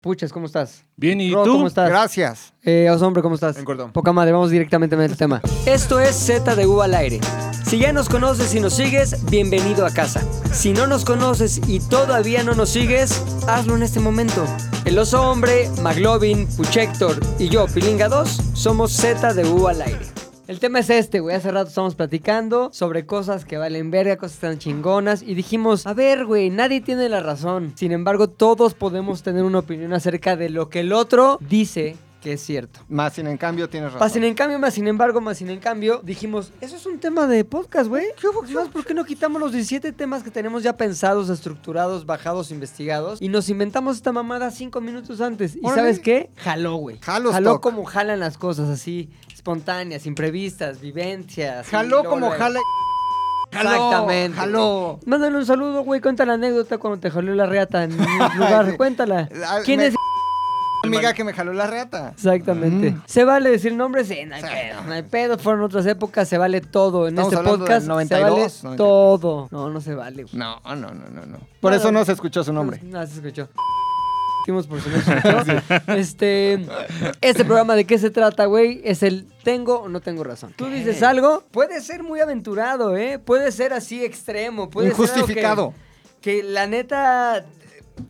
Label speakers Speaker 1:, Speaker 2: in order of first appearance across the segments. Speaker 1: Puchas, ¿cómo estás?
Speaker 2: Bien, ¿y
Speaker 1: Ro,
Speaker 2: tú?
Speaker 1: ¿cómo estás?
Speaker 3: Gracias.
Speaker 1: Eh, Osombre, ¿cómo estás?
Speaker 3: En corto.
Speaker 1: Poca madre, vamos directamente al tema.
Speaker 4: Esto es Z de U al aire. Si ya nos conoces y nos sigues, bienvenido a casa. Si no nos conoces y todavía no nos sigues, hazlo en este momento. El oso hombre, Maglovin, Puchector y yo, Pilinga 2, somos Z de U al aire.
Speaker 1: El tema es este, güey. Hace rato estamos platicando sobre cosas que valen verga, cosas tan chingonas. Y dijimos, a ver, güey, nadie tiene la razón. Sin embargo, todos podemos tener una opinión acerca de lo que el otro dice que es cierto.
Speaker 3: Más sin en cambio tienes razón.
Speaker 1: Más sin en cambio, más sin embargo, más sin en cambio, dijimos, eso es un tema de podcast, güey. Más, ¿Por qué no quitamos los 17 temas que tenemos ya pensados, estructurados, bajados, investigados? Y nos inventamos esta mamada 5 minutos antes. ¿Y
Speaker 3: Órale.
Speaker 1: sabes qué? Jaló, güey.
Speaker 3: Jalo
Speaker 1: Jaló
Speaker 3: stock.
Speaker 1: como jalan las cosas, así, espontáneas, imprevistas, vivencias. y
Speaker 3: Jaló
Speaker 1: luego,
Speaker 3: como
Speaker 1: luego.
Speaker 3: jala. Jaló,
Speaker 1: Exactamente.
Speaker 3: Jaló.
Speaker 1: Mándale un saludo, güey. Cuenta la anécdota cuando te jaló la reata en un lugar.
Speaker 3: Sí.
Speaker 1: Cuéntala.
Speaker 3: La-
Speaker 1: ¿Quién
Speaker 3: me-
Speaker 1: es?
Speaker 3: Amiga que me jaló la reata.
Speaker 1: Exactamente. Se vale decir nombres, sí, no hay
Speaker 3: Mm. Sí,
Speaker 1: pedo.
Speaker 3: no.
Speaker 1: No hay pedo, fueron otras épocas, se vale todo. En
Speaker 3: Estamos
Speaker 1: este
Speaker 3: hablando del
Speaker 1: podcast
Speaker 3: 92,
Speaker 1: se vale
Speaker 3: 93.
Speaker 1: todo. No, no se vale. güey.
Speaker 3: No, no, no, no, no. Por
Speaker 1: No,
Speaker 3: eso
Speaker 1: no.
Speaker 3: no se escuchó su nombre.
Speaker 1: No, se escuchó. Dimos por si no se escuchó. este, este programa de qué se trata, güey, es el tengo o no tengo razón. Tú dices algo, puede ser muy aventurado, ¿eh? Puede ser así extremo, puede ser
Speaker 3: Injustificado.
Speaker 1: algo que, que la neta eh,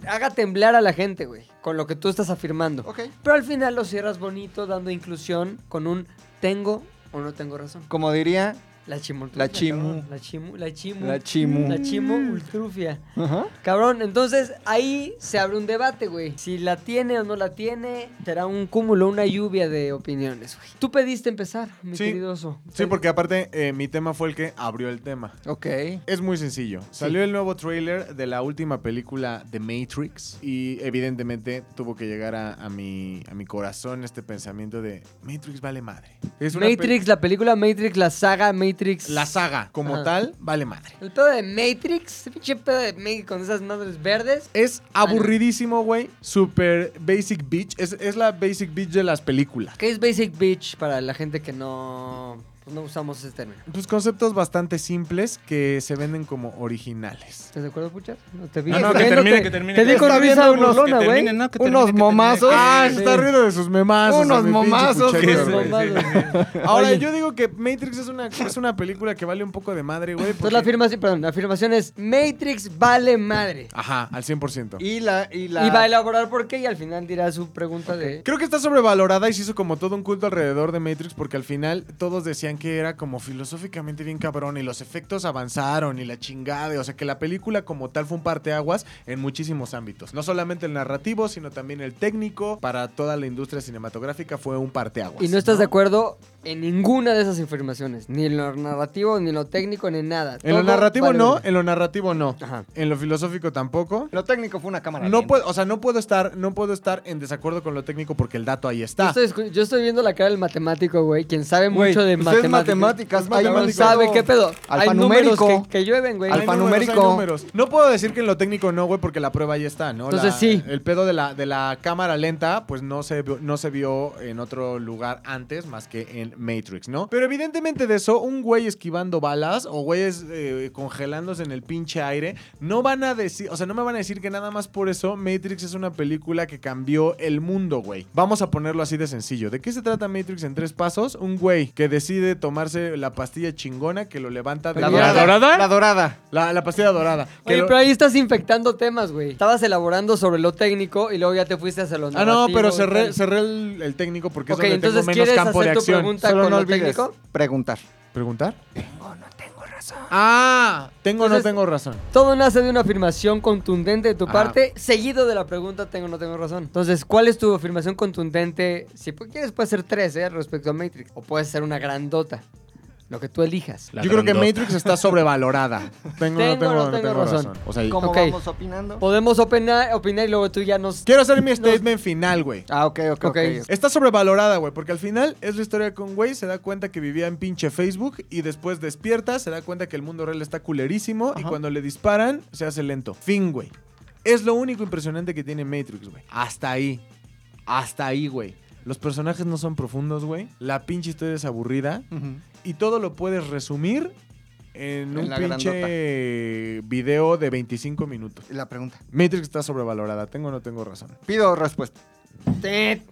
Speaker 1: haga temblar a la gente, güey, con lo que tú estás afirmando.
Speaker 3: Ok.
Speaker 1: Pero al final lo cierras bonito dando inclusión con un tengo o no tengo razón.
Speaker 3: Como diría
Speaker 1: La chimu.
Speaker 3: La chimu.
Speaker 1: La chimu. La chimu.
Speaker 3: la Chimu.
Speaker 1: La chimu ultrufia.
Speaker 3: Ajá.
Speaker 1: Cabrón, entonces ahí se abre un debate, güey. Si la tiene o no la tiene, será un cúmulo, una lluvia de opiniones, güey. Tú pediste empezar, mi
Speaker 5: Sí.
Speaker 1: querido oso.
Speaker 5: Sí, porque aparte eh, mi tema fue el que abrió el tema.
Speaker 3: Ok.
Speaker 5: Es muy sencillo. Salió el nuevo tráiler de la última película The Matrix y evidentemente tuvo que llegar a, a mi, a mi corazón este pensamiento de Matrix vale madre. Es una
Speaker 1: Matrix, la película Matrix, la saga Matrix.
Speaker 5: pe- la saga como
Speaker 1: Ajá.
Speaker 5: tal vale madre.
Speaker 1: El pedo de Matrix, ese pinche pedo de Matrix con esas madres verdes.
Speaker 5: Es aburridísimo, güey. Super basic bitch. Es, es la basic bitch de las películas.
Speaker 1: ¿Qué es Basic Bitch para la gente que no, pues, no usamos ese término?
Speaker 5: Pues conceptos bastante simples que se venden como originales.
Speaker 1: ¿Estás de acuerdo, Puchas? No te vi.
Speaker 2: No, no, que
Speaker 1: riéndote.
Speaker 2: termine, que termine.
Speaker 1: Te vi
Speaker 2: Que
Speaker 1: con
Speaker 3: está
Speaker 1: risa
Speaker 3: viendo unos-
Speaker 2: Que
Speaker 1: burlona, güey.
Speaker 2: termine, ¿no? Que
Speaker 3: Unos
Speaker 2: termine, que termine.
Speaker 3: momazos.
Speaker 5: Ah,
Speaker 1: sí.
Speaker 5: se está riendo de sus memazos.
Speaker 3: Unos
Speaker 5: a mi pinche
Speaker 3: momazos,
Speaker 5: Puchector,
Speaker 2: Eso,
Speaker 1: Unos
Speaker 5: güey.
Speaker 2: güey, sí,
Speaker 1: mamados.
Speaker 2: sí, sí.
Speaker 5: Ahora,
Speaker 1: Oye.
Speaker 5: yo digo que Matrix es una, es una película que vale un poco de madre, güey.
Speaker 1: Entonces la
Speaker 5: porque-
Speaker 1: afirmación, perdón, la afirmación es Matrix vale madre.
Speaker 5: Ajá, al 100%.
Speaker 3: Y la. Y la.
Speaker 1: Y va a elaborar por qué y al final dirá su pregunta de...
Speaker 5: Creo que está sobrevalorada y se hizo como todo un culto alrededor de Matrix porque al final todos decían que era como filosóficamente bien cabrón y los efectos avanzaron y la chingada. O sea que la película como tal fue un parteaguas en muchísimos ámbitos. No solamente el narrativo, sino también el técnico. Para toda la industria cinematográfica fue un parteaguas.
Speaker 1: Y no estás de acuerdo en ninguna de esas afirmaciones, ni en lo narrativo, ni en lo técnico, ni en nada.
Speaker 5: En lo
Speaker 1: Todo
Speaker 5: narrativo
Speaker 1: vale
Speaker 5: no,
Speaker 1: verga.
Speaker 5: en lo narrativo no.
Speaker 1: Ajá.
Speaker 5: En lo filosófico tampoco.
Speaker 3: Lo técnico fue una cámara.
Speaker 5: No
Speaker 3: lenta.
Speaker 5: puedo, o sea, no puedo estar, no puedo estar en desacuerdo con lo técnico porque el dato ahí
Speaker 1: Yo
Speaker 5: está.
Speaker 1: estoy, escu- yo estoy viendo la cara del matemático, güey, quien sabe
Speaker 3: Güey,
Speaker 1: mucho de
Speaker 3: usted es
Speaker 1: matemáticas.
Speaker 3: matemáticas.
Speaker 5: Es
Speaker 3: hay un
Speaker 1: Cabrón,
Speaker 5: matemático.
Speaker 1: sabe qué pedo. Hay números
Speaker 3: Alfanumérico.
Speaker 1: que, que llueven, güey.
Speaker 5: Hay
Speaker 3: Alfa-
Speaker 5: números,
Speaker 3: alfanumérico.
Speaker 5: hay números. No puedo decir que en lo técnico no, güey, porque la prueba ahí está, ¿no?
Speaker 1: Entonces,
Speaker 5: La-
Speaker 1: sí.
Speaker 5: El pedo de la, de la cámara lenta, pues no se, vio- no se vio en otro lugar antes más que en Matrix, ¿no? Pero evidentemente de eso, un güey esquivando balas o güeyes eh, congelándose en el pinche aire, no van a decir, o sea, no me van a decir que nada más por eso Matrix es una película que cambió el mundo, güey. Vamos a ponerlo así de sencillo. ¿De qué se trata Matrix en tres pasos? Un güey que decide tomarse la pastilla chingona que lo levanta de
Speaker 1: La
Speaker 5: mierda.
Speaker 1: dorada.
Speaker 3: La dorada.
Speaker 5: La, la pastilla dorada. Que
Speaker 1: Oye,
Speaker 5: lo-
Speaker 1: pero ahí estás infectando temas, güey. Estabas elaborando sobre lo técnico y luego ya te fuiste hacia lo
Speaker 5: Ah, no,
Speaker 1: narrativo
Speaker 5: pero
Speaker 1: y
Speaker 5: cerré,
Speaker 1: tal.
Speaker 5: cerré el, el técnico porque
Speaker 1: Ok,
Speaker 5: es donde
Speaker 1: entonces,
Speaker 5: tengo menos
Speaker 1: ¿quieres
Speaker 5: campo de
Speaker 1: hacer tu
Speaker 5: acción.
Speaker 1: pregunta? ¿Está
Speaker 3: Solo
Speaker 1: con
Speaker 3: no
Speaker 1: lo
Speaker 3: olvides
Speaker 1: técnico?
Speaker 3: preguntar.
Speaker 5: ¿Preguntar? Tengo, no tengo razón. Ah, tengo,
Speaker 1: Entonces-
Speaker 5: no tengo razón.
Speaker 1: Todo nace de una afirmación contundente de tu
Speaker 5: Ajá.
Speaker 1: parte, seguido de la pregunta tengo o no tengo razón. Entonces, ¿cuál es tu afirmación contundente? Si pu- quieres, puede ser tres, ¿eh? Respecto a Matrix. O puede ser una grandota. Lo que tú elijas.
Speaker 5: Yo creo que Matrix está sobrevalorada. tengo,
Speaker 1: Tengo,
Speaker 5: no tengo,
Speaker 1: no
Speaker 5: no
Speaker 1: tengo
Speaker 5: tengo razón.
Speaker 1: razón.
Speaker 5: O sea, y-
Speaker 3: ¿Cómo
Speaker 1: Ok.
Speaker 3: vamos opinando?
Speaker 1: Podemos opinar, opinar y luego tú ya nos...
Speaker 5: quiero hacer mi statement final, güey.
Speaker 3: Ah, ok, ok, ok.
Speaker 1: Ok.
Speaker 5: Está sobrevalorada, güey, porque al final es la historia con güey, se da cuenta que vivía en pinche Facebook y después despierta, se da cuenta que el mundo real está culerísimo y
Speaker 3: Ajá.
Speaker 5: cuando le disparan se hace lento. Fin, güey. Es lo único impresionante que tiene Matrix, güey. Hasta ahí. Hasta ahí, güey. Los personajes no son profundos, güey. La pinche historia es aburrida
Speaker 3: Ujú.
Speaker 5: y todo lo puedes resumir en
Speaker 3: En
Speaker 5: un
Speaker 3: la
Speaker 5: pinche video de 25 minutos.
Speaker 3: La pregunta.
Speaker 5: Matrix está sobrevalorada, tengo o no tengo razón.
Speaker 3: Pido respuesta.
Speaker 1: ¡Tet!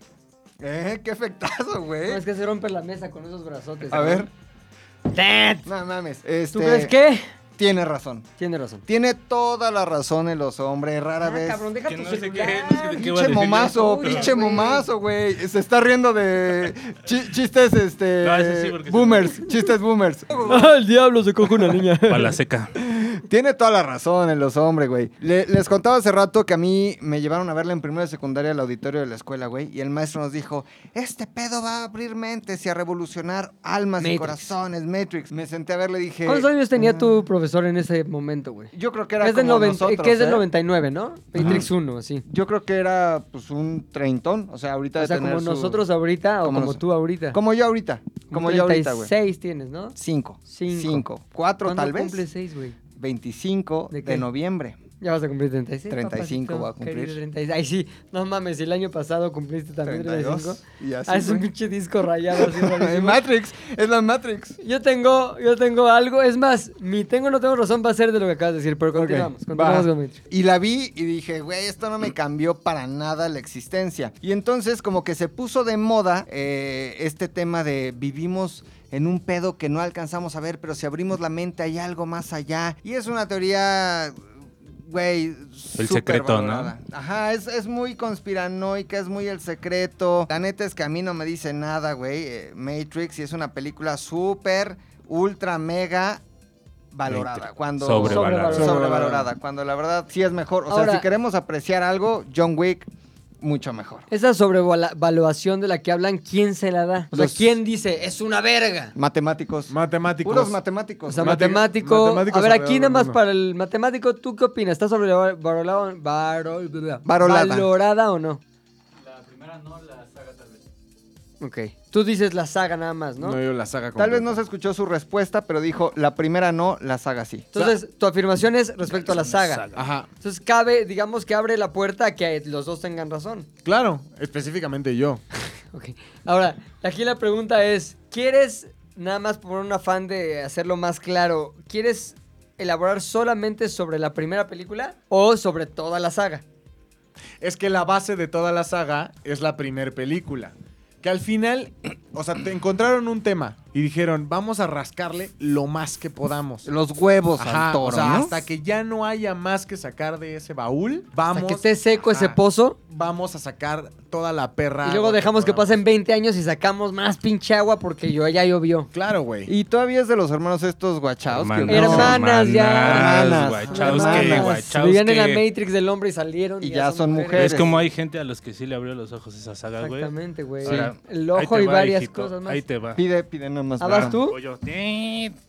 Speaker 3: Eh, qué efectazo,
Speaker 1: No,
Speaker 3: güey.
Speaker 1: es que se rompe la mesa con esos brazotes.
Speaker 3: A ver.
Speaker 1: ¡Tet!
Speaker 3: No mames. Este,
Speaker 1: ¿Tú crees que?
Speaker 3: Tiene razón.
Speaker 1: Tiene razón.
Speaker 3: Tiene toda la razón el oso, hombre. Rara
Speaker 1: Ah,
Speaker 3: vez.
Speaker 1: cabrón, deja
Speaker 2: Que
Speaker 1: tu
Speaker 2: no sé
Speaker 1: celular.
Speaker 2: qué- no sé qué- qué va a
Speaker 3: Pinche
Speaker 2: decir yo,
Speaker 3: momazo,
Speaker 1: pero-
Speaker 3: pinche
Speaker 1: güey.
Speaker 3: momazo, güey. Se está riendo de chi- chistes, este.
Speaker 2: No, ese sí, porque-
Speaker 3: boomers, chistes boomers.
Speaker 1: Ah, el diablo se coge una niña.
Speaker 2: Para la seca.
Speaker 3: Tiene toda la razón en los hombres, güey. Le- les contaba hace rato que a mí me llevaron a verla en primera de secundaria al auditorio de la escuela, güey. Y el maestro nos dijo, este pedo va a abrir mentes y a revolucionar almas y
Speaker 1: Matrix.
Speaker 3: corazones, Matrix. Me senté a verle y dije...
Speaker 1: ¿Cuántos años tenía
Speaker 3: "Mm".
Speaker 1: tu profesor en ese momento, güey?
Speaker 3: Yo creo que era
Speaker 1: Que es del,
Speaker 3: como
Speaker 1: noven-
Speaker 3: nosotros,
Speaker 1: que es del
Speaker 3: ¿eh?
Speaker 1: 99, ¿no? Matrix 1, así.
Speaker 3: Yo creo que era, pues, un treintón. O sea, ahorita
Speaker 1: O
Speaker 3: de
Speaker 1: sea,
Speaker 3: tener
Speaker 1: como
Speaker 3: su-
Speaker 1: nosotros ahorita o
Speaker 3: como
Speaker 1: como
Speaker 3: nos-
Speaker 1: tú ahorita.
Speaker 3: Como yo ahorita. Como yo ahorita, güey.
Speaker 1: 36 tienes, ¿no?
Speaker 3: Cinco.
Speaker 1: Cinco.
Speaker 3: Cinco. Cuatro,
Speaker 1: ¿Cuándo
Speaker 3: tal vez.
Speaker 1: cumple 6, güey?
Speaker 3: 25
Speaker 1: ¿De
Speaker 3: de,
Speaker 1: qué?
Speaker 3: noviembre.
Speaker 1: Ya vas a cumplir 36.
Speaker 3: 35
Speaker 1: papacito,
Speaker 3: voy a cumplir.
Speaker 1: querido 36. Ay, sí. No mames, si el año pasado cumpliste también 35.
Speaker 3: Y así,
Speaker 1: Ah, es un
Speaker 3: güey.
Speaker 1: pinche disco rayado. así, rarísimo.
Speaker 3: En Matrix. Es la Matrix.
Speaker 1: yo tengo, yo tengo algo. Es más, mi tengo o no tengo razón va a ser de lo que acabas de decir, pero continuamos.
Speaker 3: Ok,
Speaker 1: Continuamos
Speaker 3: va.
Speaker 1: con Matrix.
Speaker 3: Y la vi y dije, güey, esto no me cambió para nada la existencia. Y entonces como que se puso de moda eh, este tema de vivimos en un pedo que no alcanzamos a ver, pero si abrimos la mente hay algo más allá. Y es una teoría... Güey, súper
Speaker 2: secreto, ¿no?
Speaker 3: valorada. Ajá, es, es muy conspiranoica, es muy el secreto. La neta es que a mí no me dice nada, güey. eh, Matrix y es una película súper, ultra, mega valorada.
Speaker 2: Matrix.
Speaker 3: Cuando
Speaker 2: Sobrevalorada.
Speaker 3: sobrevalorada, cuando la verdad sí es mejor. O
Speaker 1: Ahora-
Speaker 3: sea, si queremos apreciar algo, John Wick, mucho mejor.
Speaker 1: Esa sobrevaluación de la que hablan, ¿quién se la da? O sea,
Speaker 3: Los-
Speaker 1: ¿quién dice es una verga?
Speaker 3: Matemáticos.
Speaker 5: Matemáticos.
Speaker 3: Puros matemáticos.
Speaker 1: O sea,
Speaker 5: Mate-
Speaker 1: matemático.
Speaker 5: matemático
Speaker 1: a ver,
Speaker 5: sobre
Speaker 1: aquí nada más
Speaker 5: alguno.
Speaker 1: para el matemático, ¿tú qué opinas? ¿Está sobrevalorado? varol- bla-
Speaker 3: Varolada.
Speaker 1: ¿Valorada o no? La primera no, la saga tal vez. Ok. Tú dices la saga nada más, ¿no?
Speaker 5: ¿no? yo la saga
Speaker 3: Tal vez no
Speaker 5: completa.
Speaker 3: se escuchó su respuesta, pero dijo, la primera no, la saga sí.
Speaker 1: Entonces, tu afirmación es respecto a la saga.
Speaker 5: Ajá,
Speaker 1: Entonces, cabe, digamos que abre la puerta a que los dos tengan razón.
Speaker 5: claro, específicamente yo.
Speaker 1: Ok. Ahora, aquí la pregunta es, ¿quieres, nada más por un afán de hacerlo más claro, ¿quieres elaborar solamente sobre la primera película o sobre toda la saga?
Speaker 5: es que la base de toda la saga es la primer película. Que al final, o sea, te encontraron un tema y dijeron, vamos a rascarle lo más que podamos.
Speaker 3: Los huevos
Speaker 5: Ajá,
Speaker 3: al toro,
Speaker 5: o sea,
Speaker 3: ¿no?
Speaker 5: hasta que ya no haya más que sacar de ese baúl,
Speaker 1: Hasta
Speaker 5: vamos,
Speaker 1: que esté seco
Speaker 5: ajá,
Speaker 1: ese pozo
Speaker 5: vamos a sacar toda la perra.
Speaker 1: y luego
Speaker 5: agua
Speaker 1: dejamos que
Speaker 5: podamos.
Speaker 1: pasen 20 años y sacamos más pinche agua porque yo ya llovió.
Speaker 5: Claro, güey.
Speaker 3: Y todavía es de los hermanos estos guachados.
Speaker 2: Hermanos,
Speaker 1: Hermanas ya.
Speaker 2: hermanas,
Speaker 3: Hermanas.
Speaker 2: Guachowski,
Speaker 3: Hermanas.
Speaker 2: Guachowski.
Speaker 1: Vivían en la Matrix del hombre y salieron.
Speaker 3: Y ya son mujeres.
Speaker 2: Es como hay gente a los que sí le abrió los ojos esa saga, güey.
Speaker 1: Exactamente, güey.
Speaker 2: Ahora,
Speaker 1: El
Speaker 2: ahí
Speaker 1: ojo
Speaker 2: te
Speaker 1: y
Speaker 2: va,
Speaker 1: varias
Speaker 2: hijito,
Speaker 1: cosas más.
Speaker 2: Ahí te va.
Speaker 3: Pide, pide nada más.
Speaker 1: Ah, vas
Speaker 3: vara.
Speaker 1: tú?
Speaker 2: Pollo.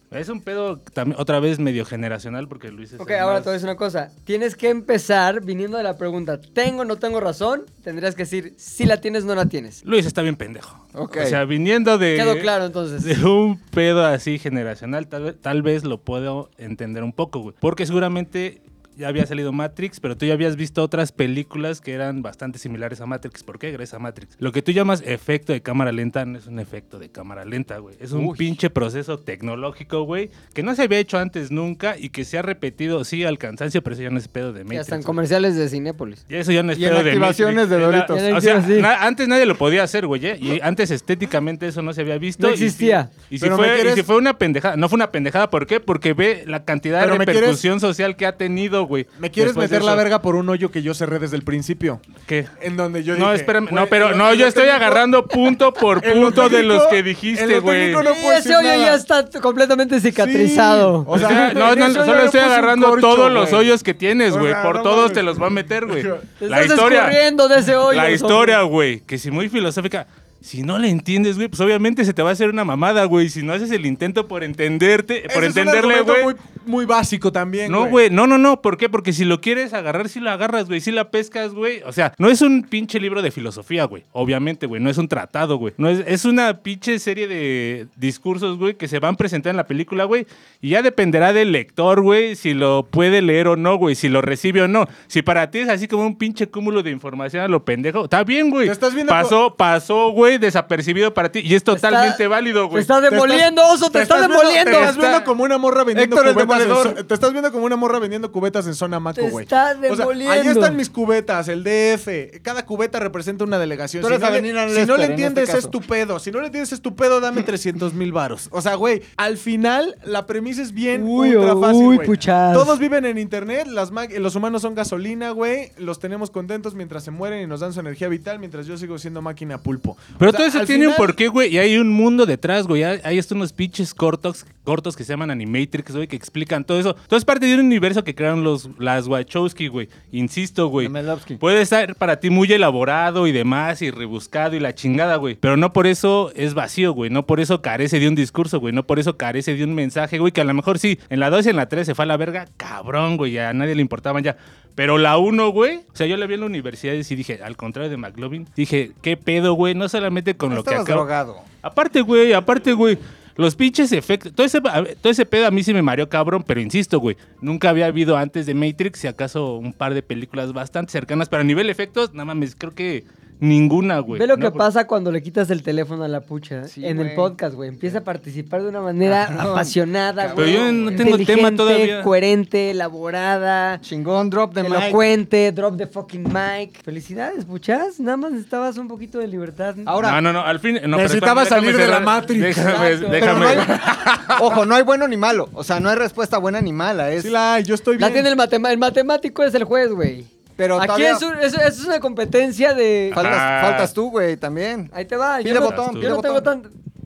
Speaker 2: Es un pedo también, otra vez medio generacional porque Luis es
Speaker 1: Ok,
Speaker 2: el
Speaker 1: ahora
Speaker 2: más-
Speaker 1: te voy a decir una cosa. Tienes que empezar viniendo de la pregunta, ¿tengo o no tengo razón? Tendrías que decir, si la tienes, no la tienes.
Speaker 2: Luis está bien pendejo.
Speaker 3: Ok.
Speaker 2: O sea, viniendo de...
Speaker 1: Quedó claro entonces.
Speaker 2: De un pedo así generacional, tal vez, tal vez lo puedo entender un poco, güey. Porque seguramente ya había salido Matrix, pero tú ya habías visto otras películas que eran bastante similares a Matrix. ¿Por qué gracias a Matrix? Lo que tú llamas efecto de cámara lenta no es un efecto de cámara lenta, güey. Es un pinche proceso tecnológico, güey, que no se había hecho antes nunca y que se ha repetido, sí, al cansancio, pero eso ya no es pedo de
Speaker 1: Ya
Speaker 2: Matrix.
Speaker 1: están
Speaker 2: güey.
Speaker 1: comerciales de Cinépolis.
Speaker 2: Y eso ya no es
Speaker 3: Y en
Speaker 2: pedo de
Speaker 3: activaciones
Speaker 2: Matrix.
Speaker 3: de
Speaker 2: Era-
Speaker 3: Doritos.
Speaker 1: Ya no
Speaker 2: o sea,
Speaker 1: existe así.
Speaker 2: na- antes nadie lo podía hacer, güey. ¿eh? Y antes estéticamente eso no se había visto.
Speaker 1: No
Speaker 2: y si-
Speaker 1: existía.
Speaker 2: Y si,
Speaker 5: Pero me
Speaker 2: fue, y
Speaker 5: quieres-
Speaker 2: si fue una pendejada. No fue una pendejada, ¿por qué? Porque ve la cantidad
Speaker 5: Pero
Speaker 2: de
Speaker 5: me quieres-
Speaker 2: repercusión social que ha tenido, güey.
Speaker 5: Me quieres
Speaker 2: después de
Speaker 5: meter la
Speaker 2: eso.
Speaker 5: verga por un hoyo que yo cerré desde el principio.
Speaker 2: ¿Qué?
Speaker 5: En donde yo
Speaker 2: No,
Speaker 5: dije,
Speaker 2: espérame.
Speaker 5: güey,
Speaker 2: No, pero
Speaker 5: en
Speaker 2: no,
Speaker 5: lo- en
Speaker 2: yo
Speaker 5: lo
Speaker 2: estoy
Speaker 5: técnico-
Speaker 2: agarrando punto por
Speaker 5: en lo
Speaker 2: punto de los
Speaker 5: técnico-
Speaker 2: que
Speaker 5: en lo
Speaker 2: dijiste, güey.
Speaker 5: técnico no
Speaker 1: Y
Speaker 5: puedo decir
Speaker 1: ese hoyo
Speaker 5: nada.
Speaker 1: ya está t- completamente cicatrizado.
Speaker 2: Oh,
Speaker 5: O sea,
Speaker 2: O sea, no,
Speaker 5: en
Speaker 2: no,
Speaker 5: ese hoyo
Speaker 2: solo
Speaker 5: le
Speaker 2: estoy
Speaker 5: puse un
Speaker 2: agarrando
Speaker 5: corcho,
Speaker 2: todos los
Speaker 5: güey.
Speaker 2: hoyos que tienes,
Speaker 5: O
Speaker 2: güey.
Speaker 5: sea,
Speaker 2: Por
Speaker 5: no
Speaker 2: todos
Speaker 5: mames.
Speaker 2: te los va a meter, güey.
Speaker 1: Te
Speaker 2: La
Speaker 1: estás
Speaker 2: historia.
Speaker 1: escurriendo de ese hoyo.
Speaker 2: la
Speaker 1: hombre.
Speaker 2: historia, güey, que si muy filosófica, si no la entiendes, güey, pues obviamente se te va a hacer una mamada, güey. Si no haces el intento por entenderte, por
Speaker 5: Ese es un
Speaker 2: entenderle,
Speaker 5: argumento
Speaker 2: güey.
Speaker 5: Muy, muy básico también.
Speaker 2: No, güey, no, no, no. ¿Por qué? Porque si lo quieres agarrar, si lo agarras, güey, si la pescas, güey. O sea, no es un pinche libro de filosofía, güey. Obviamente, güey, no es un tratado, güey. No es, es una pinche serie de discursos, güey, que se van a presentar en la película, güey. Y ya dependerá del lector, güey, si lo puede leer o no, güey, si lo recibe o no. Si para ti es así como un pinche cúmulo de información a lo pendejo, está bien, güey.
Speaker 5: Te estás viendo
Speaker 2: Pasó, pasó, güey, y desapercibido para ti. Y es totalmente válido,
Speaker 1: Te
Speaker 2: güey.
Speaker 1: estás demoliendo, oso, te, estás,
Speaker 5: viendo-
Speaker 1: demoliendo.
Speaker 5: Te estás viendo como una morra vendiendo
Speaker 3: Héctor el
Speaker 5: cubetas. en
Speaker 3: Demoledor.
Speaker 5: zo- te estás viendo como una morra vendiendo cubetas en zona maco,
Speaker 1: Te
Speaker 5: güey.
Speaker 1: estás
Speaker 5: ahí
Speaker 1: demoliendo.
Speaker 5: están mis cubetas, el DF. Cada cubeta representa una delegación.
Speaker 3: Tú
Speaker 5: Si
Speaker 3: eres
Speaker 5: no,
Speaker 3: Avenida
Speaker 5: le, si
Speaker 3: Lester
Speaker 5: no le
Speaker 3: en
Speaker 5: entiendes,
Speaker 3: este
Speaker 5: es tu pedo. Si no le entiendes, es tu pedo, dame 300 mil varos. O sea, güey, al final la premisa es bien
Speaker 1: Uy,
Speaker 5: ultra fácil,
Speaker 1: uy,
Speaker 5: güey.
Speaker 1: puchas.
Speaker 5: Todos viven en internet, las ma- los humanos son gasolina, güey. Los tenemos contentos mientras se mueren y nos dan su energía vital, mientras yo sigo siendo máquina pulpo.
Speaker 2: Pero
Speaker 5: O sea,
Speaker 2: todo eso
Speaker 5: al
Speaker 2: tiene
Speaker 5: final-
Speaker 2: un porqué, güey. Y hay un mundo detrás, güey. Hay, hay estos unos pinches cortos, cortos que se llaman Animatrix, güey, que explican todo eso. Todo es parte de un universo que crearon los, las Wachowski, güey. Insisto, güey.
Speaker 3: Lomelowski.
Speaker 2: Puede estar para ti muy elaborado y demás, y rebuscado y la chingada, güey. Pero no por eso es vacío, güey. No por eso carece de un discurso, güey. No por eso carece de un mensaje, güey. Que a lo mejor sí, en la 2 y en la 3 se fue a la verga, cabrón, güey. A nadie le importaban ya. Pero la 1, güey. O sea, yo la vi en la universidad y sí dije, al contrario de McLovin, dije, ¿qué pedo, güey? No solamente con lo que
Speaker 3: Estabas
Speaker 2: acabo.
Speaker 3: drogado.
Speaker 2: Aparte, güey, aparte, güey. Los pinches efectos. Todo ese, a ver, todo ese pedo a mí sí me mareó cabrón, pero insisto, güey. Nunca había habido antes de Matrix, si acaso un par de películas bastante cercanas, pero a nivel efectos, no mames, creo que ninguna, güey.
Speaker 1: Ve lo
Speaker 2: No,
Speaker 1: que
Speaker 2: güey.
Speaker 1: pasa cuando le quitas el teléfono a la pucha ¿eh?
Speaker 3: Sí,
Speaker 1: en
Speaker 3: güey.
Speaker 1: el podcast, güey. Empieza a participar de una manera apasionada,
Speaker 2: Pero
Speaker 1: güey.
Speaker 2: yo no tengo tema
Speaker 1: inteligente,
Speaker 2: todavía.
Speaker 1: coherente, elaborada,
Speaker 3: Chingón, drop de mic.
Speaker 1: elocuente, drop the fucking mic. Felicidades, puchas. Nada más necesitabas un poquito de libertad.
Speaker 3: Ahora,
Speaker 2: No, no, no, al fin. no, pero
Speaker 5: Necesitaba
Speaker 2: espérame,
Speaker 5: salir
Speaker 2: déjame
Speaker 5: de la
Speaker 2: cerrar.
Speaker 5: Matrix.
Speaker 2: Déjame,
Speaker 1: Exacto.
Speaker 2: déjame.
Speaker 3: Pero no hay- ojo, no hay bueno ni malo. O sea, no hay respuesta buena ni mala. Es,
Speaker 5: Sí, la, yo estoy bien.
Speaker 1: la tiene el, matema- el matemático, es el juez, güey.
Speaker 3: Pero
Speaker 1: Aquí
Speaker 3: todavía-
Speaker 1: es, un- es- es una competencia de...
Speaker 3: faltas,
Speaker 5: Ah.
Speaker 2: Ajá.
Speaker 3: faltas tú, güey, también.
Speaker 1: Ahí te va.
Speaker 3: Pide
Speaker 1: yo no-
Speaker 3: botón,
Speaker 1: yo
Speaker 3: pide
Speaker 1: no tengo
Speaker 3: botón.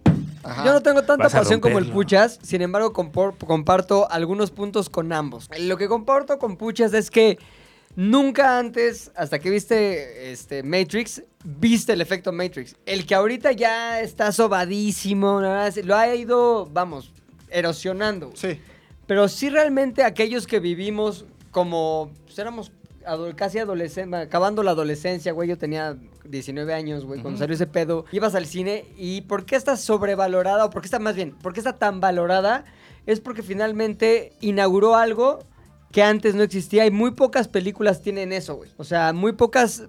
Speaker 1: tan-
Speaker 3: Ajá.
Speaker 1: Yo no tengo tanta
Speaker 2: Vas a
Speaker 1: pasión como el
Speaker 2: romperlo.
Speaker 1: Puchas, sin embargo compor- comparto algunos puntos con ambos. Lo que comparto con Puchas es que nunca antes, hasta que viste este, Matrix, viste el efecto Matrix. El que ahorita ya está sobadísimo, la verdad es- lo ha ido, vamos, erosionando.
Speaker 3: Sí.
Speaker 1: Pero sí realmente aquellos que vivimos como, pues éramos ado- casi adolescentes, acabando la adolescencia, güey, yo tenía 19 años, güey, cuando salió ese pedo, ibas al cine y ¿por qué está sobrevalorada o por qué está más bien, por qué está tan valorada? Es porque finalmente inauguró algo que antes no existía y muy pocas películas tienen eso, güey. O sea, muy pocas eh,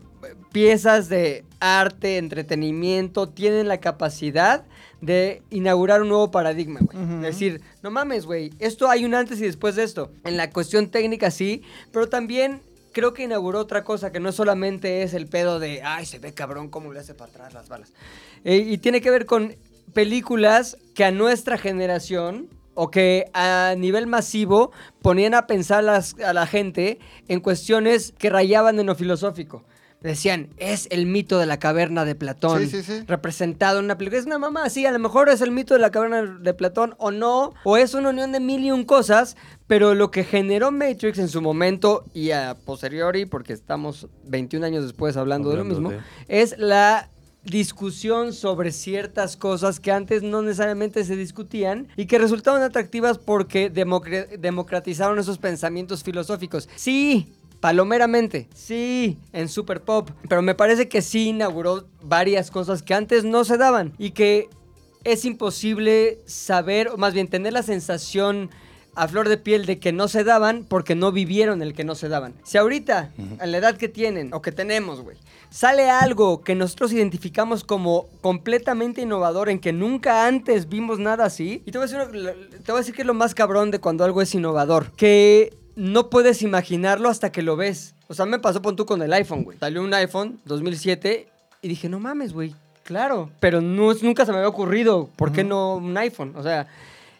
Speaker 1: piezas de arte, entretenimiento, tienen la capacidad de inaugurar un nuevo paradigma, güey.
Speaker 3: Ujú.
Speaker 1: Decir, no mames, güey, esto hay un antes y después de esto. En la cuestión técnica sí, pero también creo que inauguró otra cosa que no solamente es el pedo de, ay, se ve cabrón cómo le hace para atrás las balas. Eh, y tiene que ver con películas que a nuestra generación o que a nivel masivo ponían a pensar las- a la gente en cuestiones que rayaban en lo filosófico. Decían, es el mito de la caverna de Platón
Speaker 3: Sí, sí, sí.
Speaker 1: representado en una película. Es una mamá, sí, a lo mejor es el mito de la caverna de Platón o no, o es una unión de mil y un cosas, pero lo que generó Matrix en su momento y a posteriori, porque estamos 21 años después hablando, de lo
Speaker 2: Hablando
Speaker 1: mismo, es la discusión sobre ciertas cosas que antes no necesariamente se discutían y que resultaban atractivas porque democre- democratizaron esos pensamientos filosóficos. Sí, palomeramente, sí, en Super Pop, pero me parece que sí inauguró varias cosas que antes no se daban y que es imposible saber, o más bien tener la sensación a flor de piel de que no se daban porque no vivieron el que no se daban. Si ahorita, a la edad que tienen o que tenemos, güey, sale algo que nosotros identificamos como completamente innovador, en que nunca antes vimos nada así, y te voy a decir, una- lo- te voy a decir que es lo más cabrón de cuando algo es innovador, que no puedes imaginarlo hasta que lo ves. O sea, me pasó pon tú con el iPhone, güey. Salió un iPhone 2007 y dije, no mames, güey, claro. Pero no, nunca se me había ocurrido, ¿por qué no un iPhone? O sea,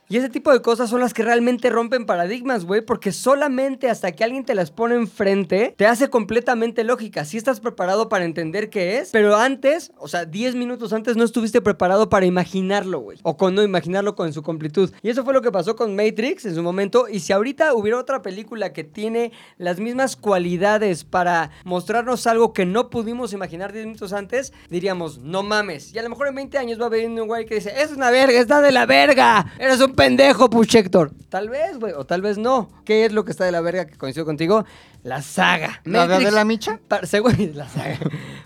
Speaker 1: y ese tipo de cosas son las que realmente rompen paradigmas, güey, porque solamente hasta que alguien te las pone enfrente, te hace completamente lógica. Si estás preparado para entender qué es, pero antes, o sea, 10 minutos antes no estuviste preparado para imaginarlo, güey, o con no imaginarlo con su completud. Y eso fue lo que pasó con Matrix en su momento, y si ahorita hubiera otra película que tiene las mismas cualidades para mostrarnos algo que no pudimos imaginar 10 minutos antes, diríamos, no mames. Y a lo mejor en 20 años va a venir un güey que dice, es una verga, está de la verga, eres un pendejo, Puchector. Tal vez, güey, o tal vez no. ¿Qué es lo que está de la verga que coincido contigo? La saga.
Speaker 3: ¿La de
Speaker 1: Matrix-
Speaker 3: Adela Micha?
Speaker 1: Pa- según la saga.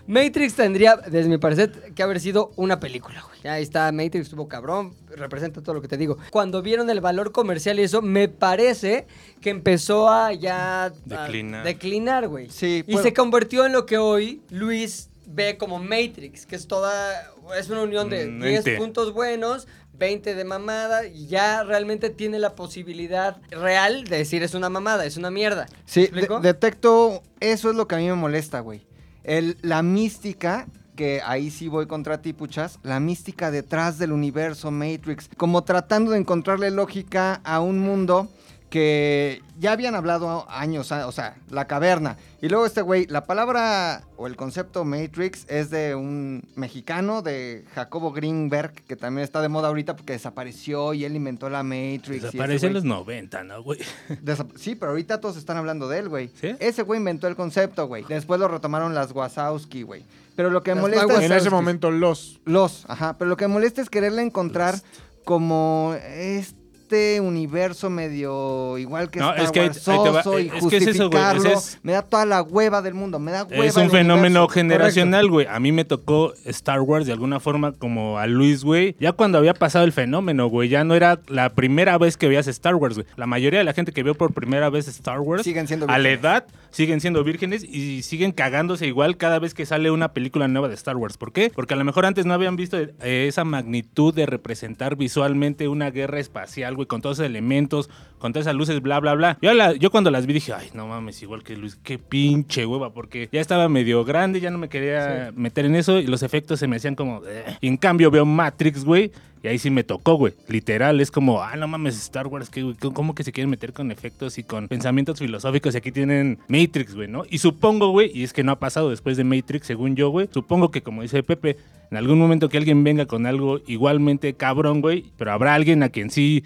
Speaker 1: Matrix tendría, desde mi parecer, que haber sido una película, güey. Ahí está, Matrix estuvo cabrón, representa todo lo que te digo. Cuando vieron el valor comercial y eso, me parece que empezó a ya... a
Speaker 2: Declinar.
Speaker 1: declinar, güey.
Speaker 3: Sí,
Speaker 1: Y
Speaker 3: puedo.
Speaker 1: se convirtió en lo que hoy Luis ve como Matrix, que es toda. Es una unión de
Speaker 2: Mm,
Speaker 1: 10
Speaker 2: ente.
Speaker 1: puntos buenos, 20 de mamada, y ya realmente tiene la posibilidad real de decir es una mamada, es una mierda.
Speaker 3: Sí,
Speaker 1: ¿Me
Speaker 3: de-
Speaker 1: explico?
Speaker 3: detecto, eso es lo que a mí me molesta, güey. El- la mística, que ahí sí voy contra ti, puchas, la mística detrás del universo Matrix, como tratando de encontrarle lógica a un mundo que ya habían hablado años, a- o sea, la caverna. Y luego este güey, la palabra o el concepto Matrix es de un mexicano, de Jacobo Greenberg, que también está de moda ahorita porque desapareció y él inventó la Matrix. y ese
Speaker 2: Desapareció en
Speaker 3: güey-
Speaker 2: los 90, ¿no, güey?
Speaker 3: Desap- Sí, pero ahorita todos están hablando de él, güey.
Speaker 2: ¿Sí?
Speaker 3: Ese güey inventó el concepto, güey. Después lo retomaron las Wazowski, güey. Pero lo que me Las molesta Wazowski.
Speaker 5: En ese momento, los.
Speaker 3: Los, ajá. Pero lo que me molesta es quererle encontrar como este universo medio igual que
Speaker 2: No,
Speaker 3: Star
Speaker 2: es que ahí-
Speaker 3: Wars
Speaker 2: ahí te va-
Speaker 3: oso y
Speaker 2: es que es eso, güey,
Speaker 3: justificarlo.
Speaker 2: ese es-
Speaker 3: Me da toda la hueva del mundo. Me da hueva
Speaker 2: Es un
Speaker 3: el
Speaker 2: fenómeno
Speaker 3: universo.
Speaker 2: generacional, güey. A mí me tocó Star Wars de alguna forma como a Luis, güey. Ya cuando había pasado el fenómeno, güey, ya no era la primera vez que veías Star Wars, güey. La mayoría de la gente que vio por primera vez Star Wars
Speaker 3: Siguen siendo
Speaker 2: a la
Speaker 3: vírgenes.
Speaker 2: edad siguen siendo vírgenes y siguen cagándose igual cada vez que sale una película nueva de Star Wars. ¿Por qué? Porque a lo mejor antes no habían visto eh, esa magnitud de representar visualmente una guerra espacial, güey, con todos esos elementos, con todas esas luces, bla, bla, bla. Yo, la- yo cuando las vi dije, ay, no mames, igual que Luis, qué pinche hueva, porque ya estaba medio grande, ya no me quería meter en eso y los efectos se me hacían como... "Eh". Y en cambio veo Matrix, güey. Y ahí sí me tocó, güey. Literal, es como, ah, no mames, Star Wars, que, güey, ¿cómo que se quieren meter con efectos y con pensamientos filosóficos? Y aquí tienen Matrix, güey, ¿no? Y supongo, güey, y es que no ha pasado después de Matrix, según yo, güey, supongo que como dice Pepe, en algún momento que alguien venga con algo igualmente cabrón, güey, pero habrá alguien a quien sí